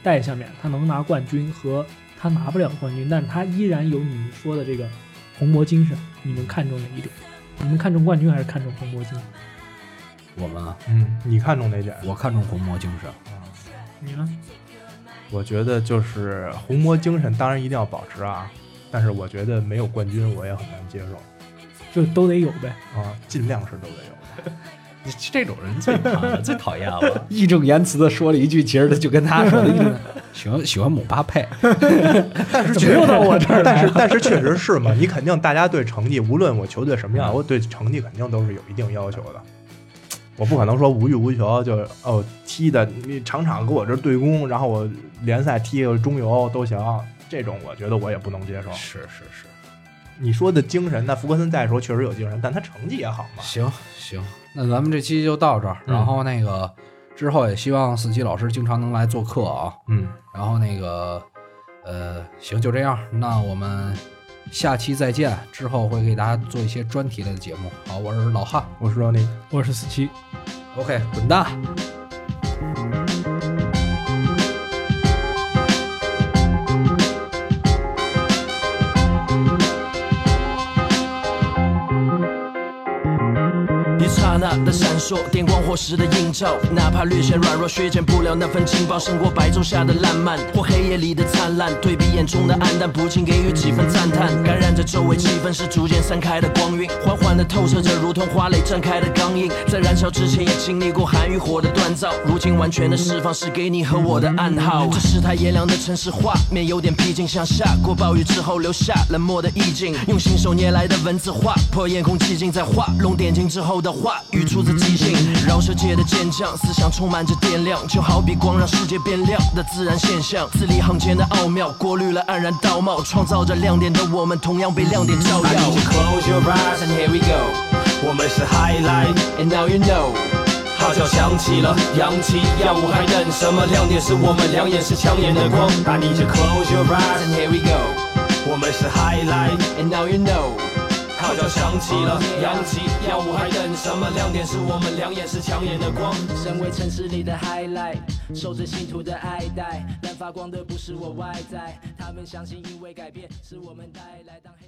C: 带下面，他能拿冠军和他拿不了冠军，但他依然有你们说的这个红魔精神，你们看重哪一点？你们看重冠军还是看重红魔精神？
A: 我们啊，
B: 嗯，你看中哪点？
A: 我看重红魔精神，
C: 你呢？
B: 我觉得就是红魔精神，当然一定要保持啊。但是我觉得没有冠军，我也很难接受
C: 就都得有呗。
B: 啊，尽量是都得有。
A: 你 这种人最烦，最讨厌啊 了。
D: 义正言辞的说了一句，其实他就跟他说的 一样
A: 喜欢喜欢姆巴佩，
B: 但是
C: 怎么又到我这儿来
B: 但是
C: 了
B: 但是确实是嘛，你肯定大家对成绩，无论我球队什么样，我对成绩肯定都是有一定要求的。我不可能说无欲无求，就是哦踢的你场场跟我这对攻，然后我联赛踢个中游都行，这种我觉得我也不能接受。
A: 是是是，
B: 你说的精神，那福格森在的时候确实有精神，但他成绩也好嘛。
A: 行行，那咱们这期就到这儿，
B: 嗯
A: 然后那个。之后也希望司机老师经常能来做客啊。
B: 嗯，
A: 然后那个，呃，行，就这样，那我们下期再见。之后会给大家做一些专题类的节目。好，我是老汉
B: 我是 Ronnie。
C: 我是四七。
A: ，OK，滚蛋。
E: 一刹那的闪烁，电光火石的映照，哪怕略显软弱，削减不了那份劲爆，胜过白昼下的烂漫或黑夜里的灿烂。对比眼中的暗淡，不禁给予几分赞叹。感染着周围气氛，是逐渐散开的光晕，缓缓地透射着，如同花蕾绽开的刚硬。在燃烧之前，也经历过寒与火的锻造，如今完全的释放，是给你和我的暗号。这世态炎凉的城市画面有点僻静，像下过暴雨之后留下冷漠的意境，用信手拈来的文字划破夜空寂静，在画龙点睛之后的话语出自即兴，饶舌界的健将，思想充满着电量，就好比光让世界变亮的自然现象，字里行间的奥妙，过滤了黯然道貌，创造着亮点的我们，同样被亮点照
F: I need you to
E: 耀。
F: close your eyes and here we go。我们是 Highlight，
E: And now you know.
F: 号角响起了，扬起耀武，还等什么？亮点是我们，两眼是抢眼的光。I need you to close your eyes，
E: And here we go.
F: 我们是 Highlight，
E: And now you know.
F: 号角响起了，扬起耀武，还等什么？亮点是我们，两眼是抢眼的光。
E: 身为城市里的 highlight，受着信徒的爱戴，但发光的不是我外在，他们相信因为改变是我们带来当黑。